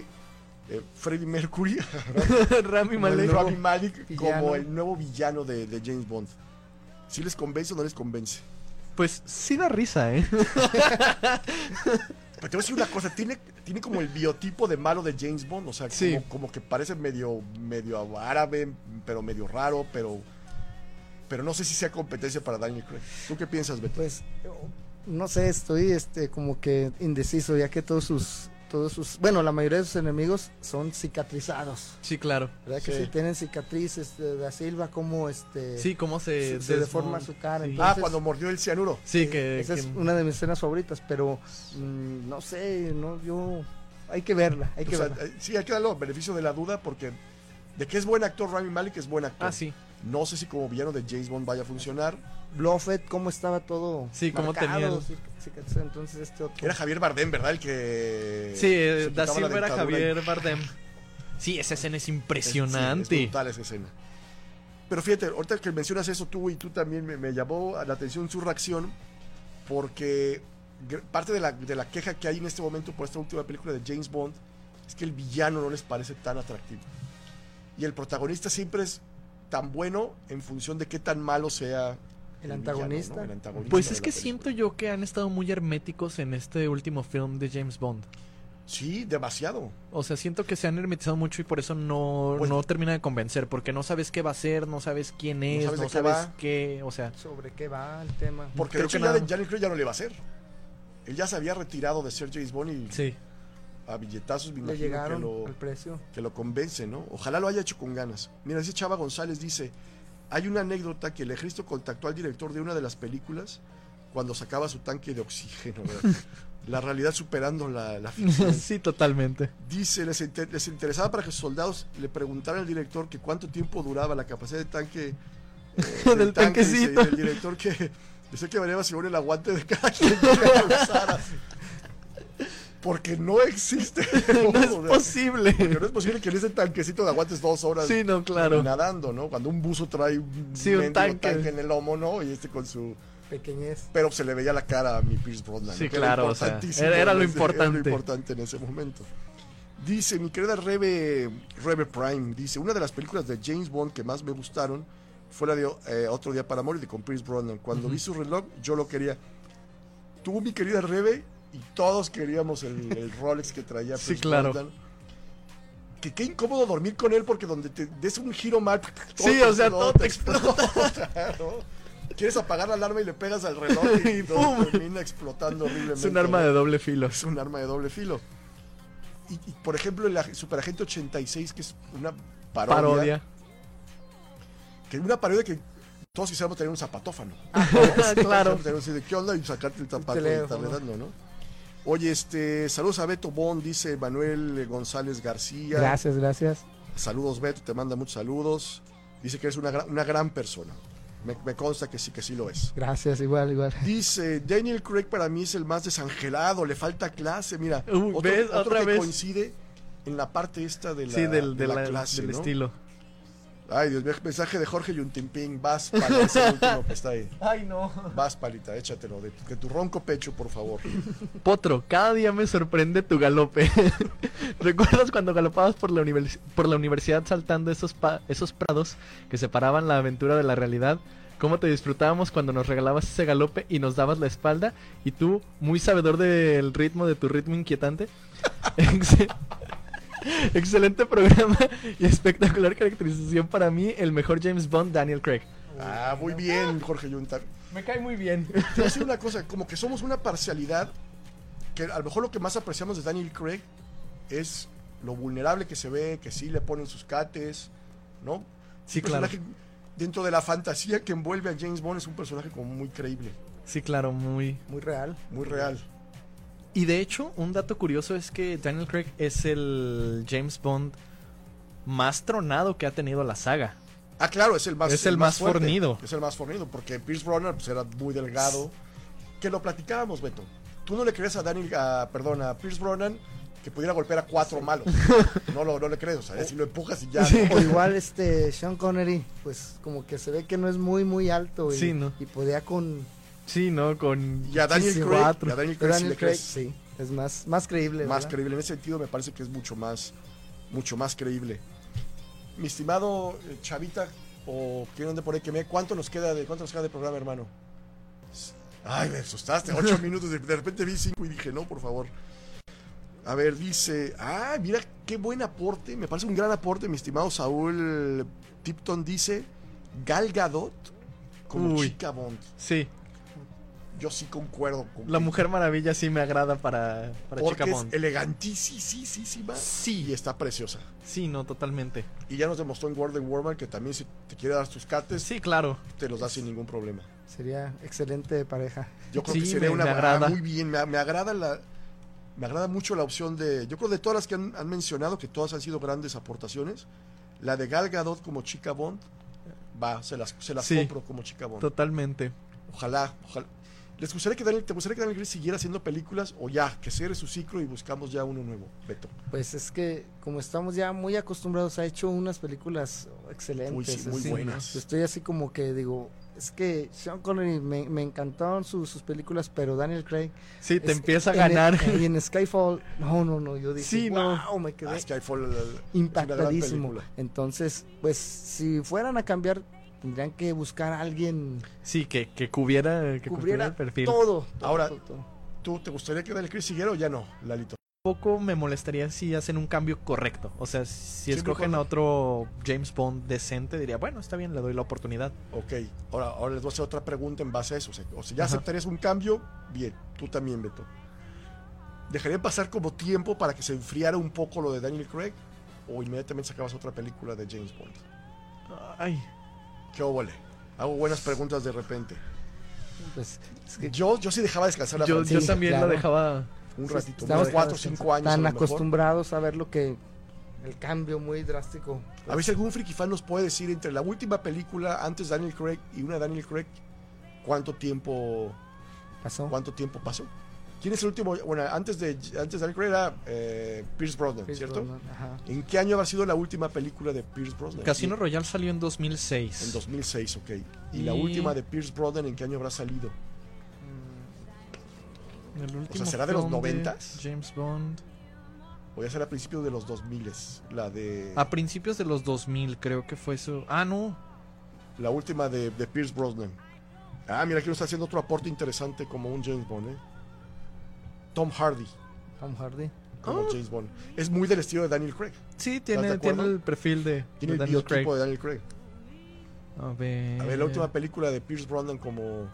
S1: eh, Freddie Mercury,
S2: Rami
S1: como el
S2: Malek.
S1: Rami Malek, como
S3: villano.
S1: el nuevo villano de, de James Bond? ¿Sí les convence o no les convence?
S2: Pues sí da risa, ¿eh?
S1: Pero te voy a decir una cosa, tiene, tiene como el biotipo de malo de James Bond, o sea,
S2: Sí.
S1: como, como que parece medio, medio árabe, pero medio raro, pero, pero no sé si sea competencia para Daniel Craig. ¿Tú qué piensas, Beto?
S3: Pues yo no sé, estoy este como que indeciso, ya que todos sus todos sus, bueno, la mayoría de sus enemigos son cicatrizados,
S2: Sí, claro.
S3: ¿verdad que
S1: Sí.
S3: sí, tienen cicatrices de Da Silva como este
S2: Sí, cómo se,
S3: se, se deforma
S2: desmon-
S3: su cara.
S2: Sí.
S1: ah,
S3: entonces,
S1: cuando mordió el cianuro.
S2: Sí, que,
S3: eh, esa es
S2: que-
S3: una de mis escenas favoritas, pero mm, no sé, no yo hay que verla, hay
S1: O
S3: que
S1: sea,
S3: verla.
S1: eh, sí, hay que darle el beneficio de la duda porque de que es buen actor Rami Malek es buen actor.
S2: Ah, sí.
S1: No sé si como villano de James Bond vaya a funcionar.
S3: Blofeld cómo estaba todo
S2: Sí, cómo tenía el-
S3: cic- cicatrizado, entonces este otro
S1: Era Javier Bardem, ¿verdad? El que...
S2: Sí, eh,
S1: se
S2: Da
S1: quitaba la
S2: Silva era
S1: dentadura y-
S2: Javier Bardem. Sí, esa escena es
S1: Es-
S2: impresionante.
S1: sí, es brutal esa escena. Pero fíjate, ahorita que mencionas eso tú y tú también me, me llamó la atención su reacción porque gr- parte de la, de la queja que hay en este momento por esta última película de James Bond es que el villano no les parece tan atractivo. y el protagonista siempre es tan bueno en función de qué tan malo sea
S3: El
S1: villano, ¿no?
S3: antagonista.
S1: El antagonista
S2: Pues
S1: de
S2: es
S1: la
S2: que
S1: película.
S2: siento yo que han estado muy herméticos en este último film de James Bond.
S1: Sí, demasiado.
S2: O sea, siento que se han hermetizado mucho y por eso no,
S1: Pues-
S2: no termina de convencer, porque no sabes qué va a ser, no sabes quién es, no
S1: sabes
S2: sabes,
S1: de qué va.
S2: qué, o sea,
S3: sobre qué va el tema.
S1: Porque de
S2: Creo
S1: hecho
S2: que
S1: ya,
S2: nada-
S1: de- ya Daniel Craig ya no le va a hacer. Él ya se había retirado de ser James Bond y
S2: sí.
S1: a billetazos me
S3: le
S1: imagino
S3: llegaron
S1: que lo,
S3: al precio.
S1: que lo convence, ¿no? Ojalá lo haya hecho con ganas. Mira, dice Chava González, dice, hay una anécdota que el ejército contactó al director de una de las películas cuando sacaba su tanque de oxígeno, ¿verdad? La realidad superando la, la ficción.
S2: sí, totalmente.
S1: Dice, les, inter- les interesaba para que sus soldados le preguntaran al director que cuánto tiempo duraba la capacidad de tanque eh,
S2: Del
S1: dice, y
S2: tanquecito.
S1: del director que decía que variaba según el aguante de cada quien que usara. Porque no existe.
S2: No es
S1: O sea,
S2: posible.
S1: porque no es posible que en ese tanquecito de aguantes dos horas
S2: Sí, no, claro.
S1: nadando, ¿no? Cuando un buzo trae un,
S2: Sí, un
S1: mendigo
S2: tanque.
S1: en el lomo, ¿no? Y este con su...
S3: Pequeñez.
S1: Pero se le veía la cara a mi Pierce Brosnan. ¿no?
S2: Sí,
S1: Que era
S2: claro, o sea,
S1: importantísimo
S2: era- era
S1: en
S2: lo
S1: ese-
S2: importante.
S1: importante en ese momento. Dice, mi querida Rebe, Rebe Prime, dice, una de las películas de James Bond que más me gustaron fue la de eh, Otro Día para Morir de con Pierce Brosnan. Cuando vi su reloj, yo lo quería. Tú, mi querida Rebe, y todos queríamos el, el Rolex que traía
S2: Sí,
S1: Pierce
S2: claro.
S1: Brosnan. Que qué incómodo dormir con él porque donde te des un giro mal... todo
S2: Sí,
S1: te
S2: o sea, todo te
S1: claro. Quieres apagar la alarma y le pegas al reloj y,
S2: Y
S1: todo
S2: ¡pum!
S1: termina explotando horriblemente.
S2: Es un arma de doble filo.
S1: Es un arma de doble filo. Y, y, por ejemplo, el ag- Superagente 86, que es una parodia.
S2: Parodia.
S1: Que una parodia que todos quisiéramos tener un zapatófano.
S2: Ah, claro.
S1: Quisiéramos tener así de, ¿Qué onda? Y sacarte el zapato y
S3: teléfono.
S1: estarle dando, ¿no? Oye, este, saludos a Beto Bond, dice Manuel González García.
S3: Gracias, gracias.
S1: Saludos, Beto, te manda muchos saludos. Dice que eres una, gra- una gran persona. Me, me consta que sí, que sí lo es.
S3: Gracias, igual, igual.
S1: Dice, Daniel Craig para mí es el más desangelado, le falta clase, mira.
S2: Uy, ¿ves? Otra
S1: que
S2: vez.
S1: coincide en la parte esta de la,
S2: sí, del,
S1: de
S2: de
S1: la
S2: la-
S1: clase,
S2: del
S1: ¿no?
S2: estilo.
S1: Ay, Dios mío, mensaje de Jorge Yuntimping, vas para ese último que está ahí.
S2: Ay, no.
S1: Vas, palita, échatelo de tu, de tu ronco pecho, por favor.
S2: Potro, cada día me sorprende tu galope. ¿Recuerdas cuando galopabas por la, univers- por la universidad saltando esos, pa- esos prados que separaban la aventura de la realidad? ¿Cómo te disfrutábamos cuando nos regalabas ese galope y nos dabas la espalda? Y tú, muy sabedor del ritmo de tu ritmo inquietante. Ex- Excelente programa y espectacular caracterización para mí, el mejor James Bond, Daniel Craig.
S1: Ah, muy bien, Jorge Yuntimping.
S2: Me cae muy bien.
S1: Te voy a decir una cosa, como que somos una parcialidad, que a lo mejor lo que más apreciamos de Daniel Craig es lo vulnerable que se ve, que sí le ponen sus cates, ¿no?
S2: Sí,
S1: Un
S2: claro.
S1: personaje Dentro de la fantasía que envuelve a James Bond es un personaje como muy creíble,
S2: Sí, claro, muy,
S3: Muy real.
S1: muy real.
S2: Y de hecho, un dato curioso es que Daniel Craig es el James Bond más tronado que ha tenido la saga.
S1: Ah, claro, es el más
S2: Es el más
S1: fuerte,
S2: fornido.
S1: Es el más fornido, porque Pierce Brosnan pues, era muy delgado. Que lo platicábamos, Beto. Tú no le crees a Daniel, a, perdón, a Pierce Brosnan que pudiera golpear a cuatro malos. No, lo, no le crees, o sea, si lo empujas y ya. ¿no?
S3: O igual este Sean Connery, pues como que se ve que no es muy muy alto y,
S2: Sí, ¿no?
S3: y podía con
S2: Sí, ¿no? Con...
S1: Y a Daniel
S3: Sí, sí,
S1: Craig,
S3: cuatro.
S1: y a Daniel
S3: Pero
S1: Craig sí
S3: Daniel
S1: le
S3: Craig,
S1: crees.
S3: sí, es más más creíble,
S1: más
S3: ¿verdad?
S1: creíble. En ese sentido me parece que es mucho más, mucho más creíble. Mi estimado eh, Chavita, o quién ande por ahí que me, ¿cuánto nos queda de cuánto nos queda de programa, hermano? Ay, me asustaste, ocho minutos, de, de repente vi cinco y dije, no, por favor. A ver, dice, ah, mira qué buen aporte, me parece un gran aporte, mi estimado Saúl Tipton dice, Gal Gadot como
S2: Uy.
S1: chica Bond.
S2: Sí,
S1: Yo sí concuerdo con
S2: la Mujer Maravilla sí me agrada para, para
S1: porque
S2: Chica
S1: es
S2: Bond.
S1: elegantísima y
S2: Sí,
S1: está preciosa.
S2: sí, no, totalmente.
S1: Y ya nos demostró en World of Warman que también si te quiere dar tus cates,
S2: Sí, claro.
S1: te los da sin ningún problema.
S3: Sería excelente pareja.
S1: Yo creo
S2: Sí,
S1: que sería
S2: me-
S1: una
S2: me
S1: ah,
S2: agrada.
S1: muy bien. Me, me agrada la me agrada mucho la opción de. Yo creo de todas las que han, han mencionado, que todas han sido grandes aportaciones, la de Gal Gadot como chica Bond, va, se las, se las
S2: Sí.
S1: compro como chica Bond.
S2: Totalmente.
S1: Ojalá, ojalá. ¿Les gustaría que Daniel, ¿Te gustaría que Daniel Gris siguiera haciendo películas o ya, que cierre su ciclo y buscamos ya uno nuevo, Beto?
S3: Pues es que como estamos ya muy acostumbrados ha hecho unas películas excelentes,
S1: Uy, sí, muy
S3: así,
S1: buenas.
S3: Estoy así como que digo, es que Sean Connery me, me encantaron sus, sus películas, pero Daniel Craig.
S2: Sí, te
S3: es-
S2: empieza a
S3: en el-
S2: ganar.
S3: y en Skyfall, no, no, no, yo dije,
S2: Sí, no.
S3: wow, me quedé
S1: Ah, Skyfall la- la- es una gran
S3: impactadísimo.
S1: película.
S3: Entonces, pues si fueran a cambiar, tendrían que buscar a alguien
S2: Sí, que, que cubriera, que cubriera
S3: cubriera
S2: el perfil.
S3: todo. todo,
S1: Ahora-
S3: todo, todo.
S1: ¿Tú te gustaría que Daniel Craig siguiera o ya no, Lalito?
S4: Poco me molestaría si hacen un cambio correcto. O sea, si
S1: Sí,
S4: escogen
S1: mejor.
S4: a otro James Bond decente, diría, bueno, está bien, le doy la oportunidad.
S1: Ok, ahora, ahora les voy a hacer otra pregunta en base a eso. O sea, o sea, ya
S4: Ajá.
S1: aceptarías un cambio, bien, tú también, Beto. ¿Dejaría pasar como tiempo para que se enfriara un poco lo de Daniel Craig? ¿O inmediatamente sacabas otra película de James Bond?
S4: Ay,
S1: ¿Qué óvole? Hago buenas preguntas de repente.
S3: Pues, es que
S1: Yo, yo sí dejaba descansar a
S2: Yo,
S1: Francina
S2: yo
S3: Sí,
S2: también
S3: claro.
S2: la dejaba.
S1: un
S3: sí,
S1: ratito, unos
S3: pues, estamos
S1: 4 o 5 años. a
S3: están
S1: lo mejor.
S3: acostumbrados a ver lo que el cambio muy drástico.
S1: A ver si algún friki fan nos puede decir entre la última película antes de Daniel Craig y una de Daniel Craig, ¿cuánto tiempo
S3: Pasó.
S1: ¿Cuánto tiempo pasó? ¿Quién es el último? Bueno, antes de, antes de Daniel Craig era eh, Pierce Brosnan,
S3: Chris
S1: ¿cierto?
S3: Brosnan, ajá.
S1: ¿En qué año habrá sido la última película de Pierce Brosnan?
S4: Casino Royale salió en 2006.
S1: Pues En 2006, ok. ¿Y, la
S4: Y-
S1: última de Pierce Brosnan en qué año habrá salido?
S4: El último
S1: ¿será de los Eh.
S4: film
S1: 90s?
S4: James Bond.
S1: O ya será a principios de los 2000, la de...
S4: A principios de los 2000 creo que fue su... Ah, no.
S1: La última de, de Pierce Brosnan. Ah, mira, aquí nos está haciendo otro aporte interesante como un James Bond, ¿eh? Tom Hardy
S3: Tom Hardy.
S1: como
S4: Ah.
S1: James Bond. Es muy del estilo de Daniel Craig.
S4: Sí,
S1: de
S4: tiene,
S1: acuerdo?
S4: tiene el perfil de, de
S1: Tiene el
S4: Daniel
S1: biotipo
S4: Craig. Eh.
S1: de Daniel Craig.
S4: A ver...
S1: A ver, la última película de Pierce Brosnan como,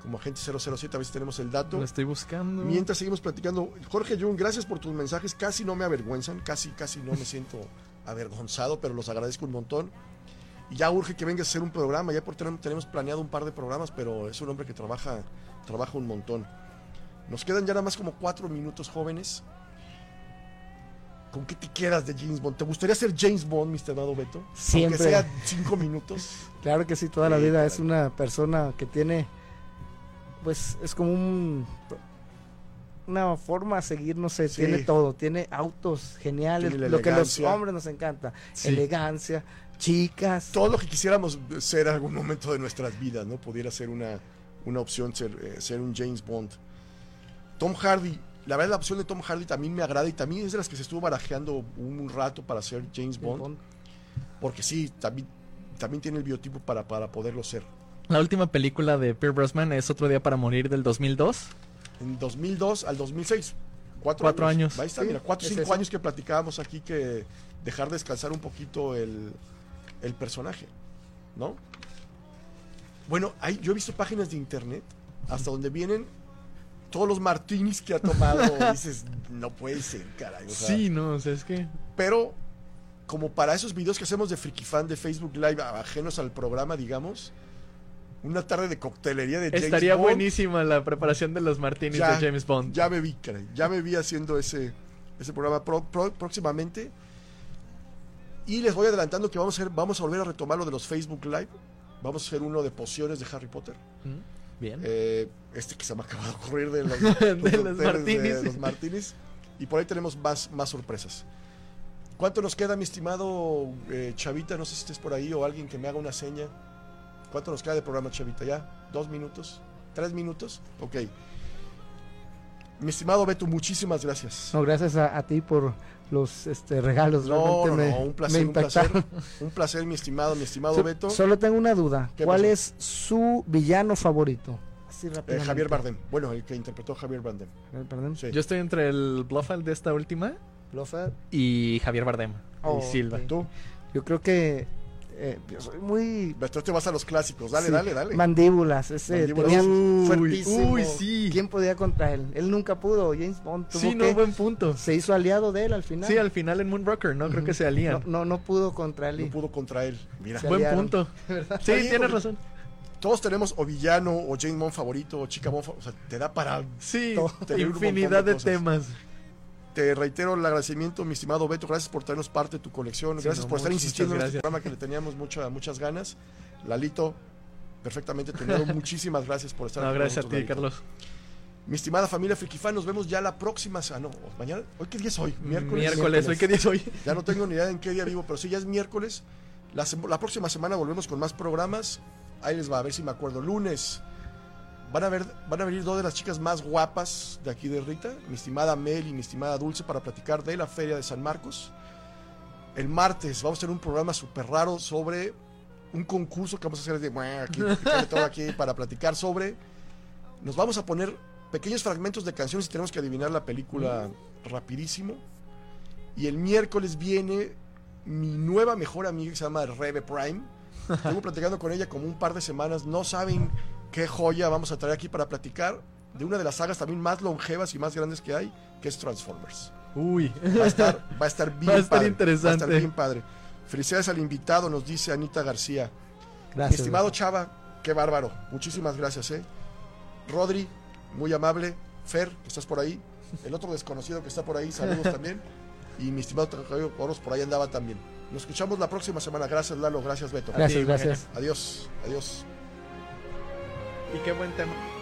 S1: como agente 007, a ver si tenemos el dato.
S4: Lo estoy buscando.
S1: Mientras seguimos platicando, Jorge Jun, gracias por tus mensajes, casi no me avergüenzan, casi, casi no me siento avergonzado, pero los agradezco un montón. Y ya urge que vengas a hacer un programa, ya por tener- tenemos planeado un par de programas, pero es un hombre que trabaja, trabaja un montón. Nos quedan ya nada más como cuatro minutos jóvenes. ¿Con qué te quedas de James Bond? ¿Te gustaría ser James Bond, mi estimado Beto?
S3: Siempre.
S1: Aunque sea cinco minutos.
S3: Claro que sí, toda la
S1: Sí,
S3: vida
S1: caray.
S3: es una persona que tiene, pues es como un, una forma a seguir, no sé,
S1: Sí.
S3: tiene todo, tiene autos geniales,
S1: Tiene la
S3: lo que los
S1: elegancia.
S3: hombres nos encanta,
S4: Sí.
S3: elegancia, chicas,
S1: todo lo que quisiéramos ser en algún momento de nuestras vidas, ¿no? Pudiera ser una, una opción ser, eh, ser un James Bond. Tom Hardy, la verdad la opción de Tom Hardy también me agrada y también es de las que se estuvo barajeando un rato para ser James Bond, porque sí, también, también tiene el biotipo para, para poderlo ser.
S2: La última película de Pierce Brosnan es Otro Día para Morir del 2002.
S1: En 2002 al 2006. Cuatro,
S2: Cuatro años.
S1: Ahí está,
S3: Sí,
S1: mira, cuatro
S3: es
S1: cinco
S3: eso.
S1: años que platicábamos aquí que dejar descansar un poquito el, el personaje, ¿no? Bueno, hay, yo he visto páginas de internet hasta donde vienen todos los martinis que ha tomado. dices, no puede ser, caray. o sea,
S2: sí, no, o sea, es que.
S1: Pero como para esos videos que hacemos de Friki Fan de Facebook Live, ajenos al programa, digamos, una tarde de coctelería de James
S2: Estaría
S1: Bond,
S2: buenísima la preparación de los martinis
S1: Ya,
S2: de James Bond.
S1: ya me vi, caray. Ya me vi haciendo ese, ese programa pro- pro- próximamente. Y les voy adelantando que vamos a, hacer- vamos a volver a retomar lo de los Facebook Live. Vamos a hacer uno de pociones de Harry Potter.
S2: ¿Mm?
S4: Bien.
S1: Eh, este que se me acaba de ocurrir de los, de los cócteles
S2: los martinis.
S1: de los martinis. Y por ahí tenemos más, más sorpresas. ¿Cuánto nos queda, mi estimado eh, Chavita? No sé si estés por ahí o alguien que me haga una seña. ¿Cuánto nos queda de programa, Chavita? ¿Ya? ¿Dos minutos? ¿Tres minutos? Ok. Mi estimado Beto, muchísimas gracias.
S3: No, gracias a, a ti por los este, regalos,
S1: No, no,
S3: realmente
S1: no,
S3: me,
S1: un placer,
S3: me
S1: un placer.
S3: impactaron.
S1: Un placer, mi estimado, mi estimado
S3: So-
S1: Beto.
S3: Solo tengo una duda,
S1: ¿Qué
S3: ¿cuál
S1: pasó?
S3: es su villano favorito? Así
S1: Eh,
S3: rápidamente.
S1: Javier Bardem. Bueno, el que interpretó a Javier Bardem.
S3: Eh, Perdón.
S1: Sí.
S2: Yo estoy entre el Blofeld de esta última
S3: Blofeld.
S2: y Javier Bardem.
S3: Oh,
S2: y Silva.
S3: ok.
S1: Tú,
S3: Yo creo que eh, yo soy muy
S1: Beto, te vas a los clásicos. Dale,
S3: Sí.
S1: dale, dale.
S3: Mandíbulas, ese
S1: Mandíbulas.
S3: tenía
S2: Uy,
S3: fuertísimo.
S2: uy, sí.
S3: ¿Quién podía contra él? Él nunca pudo. James Bond tuvo
S2: Sí, no,
S3: que-
S2: buen punto.
S3: se hizo aliado de él al final.
S2: Sí, al final en Moonrocker, ¿no? Creo que se
S3: no,
S2: alían.
S3: no, no pudo contra él. y-
S1: No pudo contra él. Mira.
S3: Se
S2: buen
S3: aliaron.
S2: punto. Sí,
S1: Oye,
S2: tienes
S1: oye.
S2: razón.
S1: Todos tenemos o villano, o James Bond favorito, o chica Bond fa- O sea, te da para.
S2: Sí,
S1: Todo. Tener un montón de
S2: infinidad de,
S1: cosas.
S2: temas.
S1: Te reitero el agradecimiento, mi estimado Beto. Gracias por traernos parte de tu colección.
S2: Sí,
S1: Gracias
S2: no,
S1: por estar
S2: muchas,
S1: insistiendo en
S2: muchas
S1: este programa que le teníamos mucha, muchas ganas. Lalito, perfectamente tuneado. Muchísimas gracias por estar
S2: No,
S1: aquí con
S2: gracias a
S1: nosotros,
S2: ti,
S1: Lalito.
S2: Carlos.
S1: Mi estimada familia Frikifan, nos vemos ya la próxima. Ah, no, mañana. ¿Hoy qué día es hoy?
S2: Miércoles,
S1: Miércoles.
S2: ¿hoy qué día es hoy?
S1: Ya no tengo ni idea en qué día vivo, pero sí, ya es miércoles. La, sem- la próxima semana volvemos con más programas. Ahí les va, a ver si me acuerdo. Lunes van a, ver, van a venir dos de las chicas más guapas de aquí de Rita, mi estimada Mel y mi estimada Dulce, para platicar de la Feria de San Marcos. El martes vamos a tener un programa súper raro sobre un concurso que vamos a hacer de bueno, aquí, platicarle todo aquí para platicar sobre. Nos vamos a poner pequeños fragmentos de canciones y tenemos que adivinar la película rapidísimo. Y el miércoles viene mi nueva mejor amiga que se llama Rebe Prime. Estuve platicando con ella como un par de semanas. No saben qué joya vamos a traer aquí para platicar de una de las sagas también más longevas y más grandes que hay, que es Transformers.
S2: Uy.
S1: Va a estar, va a estar bien
S2: Va a estar
S1: padre,
S2: interesante.
S1: Va a estar bien padre. Felicidades al invitado, nos dice Anita García. Mi
S3: Gracias.
S1: estimado Chava, qué bárbaro. Muchísimas gracias, ¿eh? Rodri, muy amable. Fer, que estás por ahí. El otro desconocido que está por ahí, saludos también. Y mi estimado Tocayo Coros por ahí andaba también. Nos escuchamos la próxima semana. Gracias, Lalo. Gracias, Beto.
S3: Gracias,
S4: ti,
S3: gracias.
S1: Adiós. Adiós.
S4: Y qué buen tema.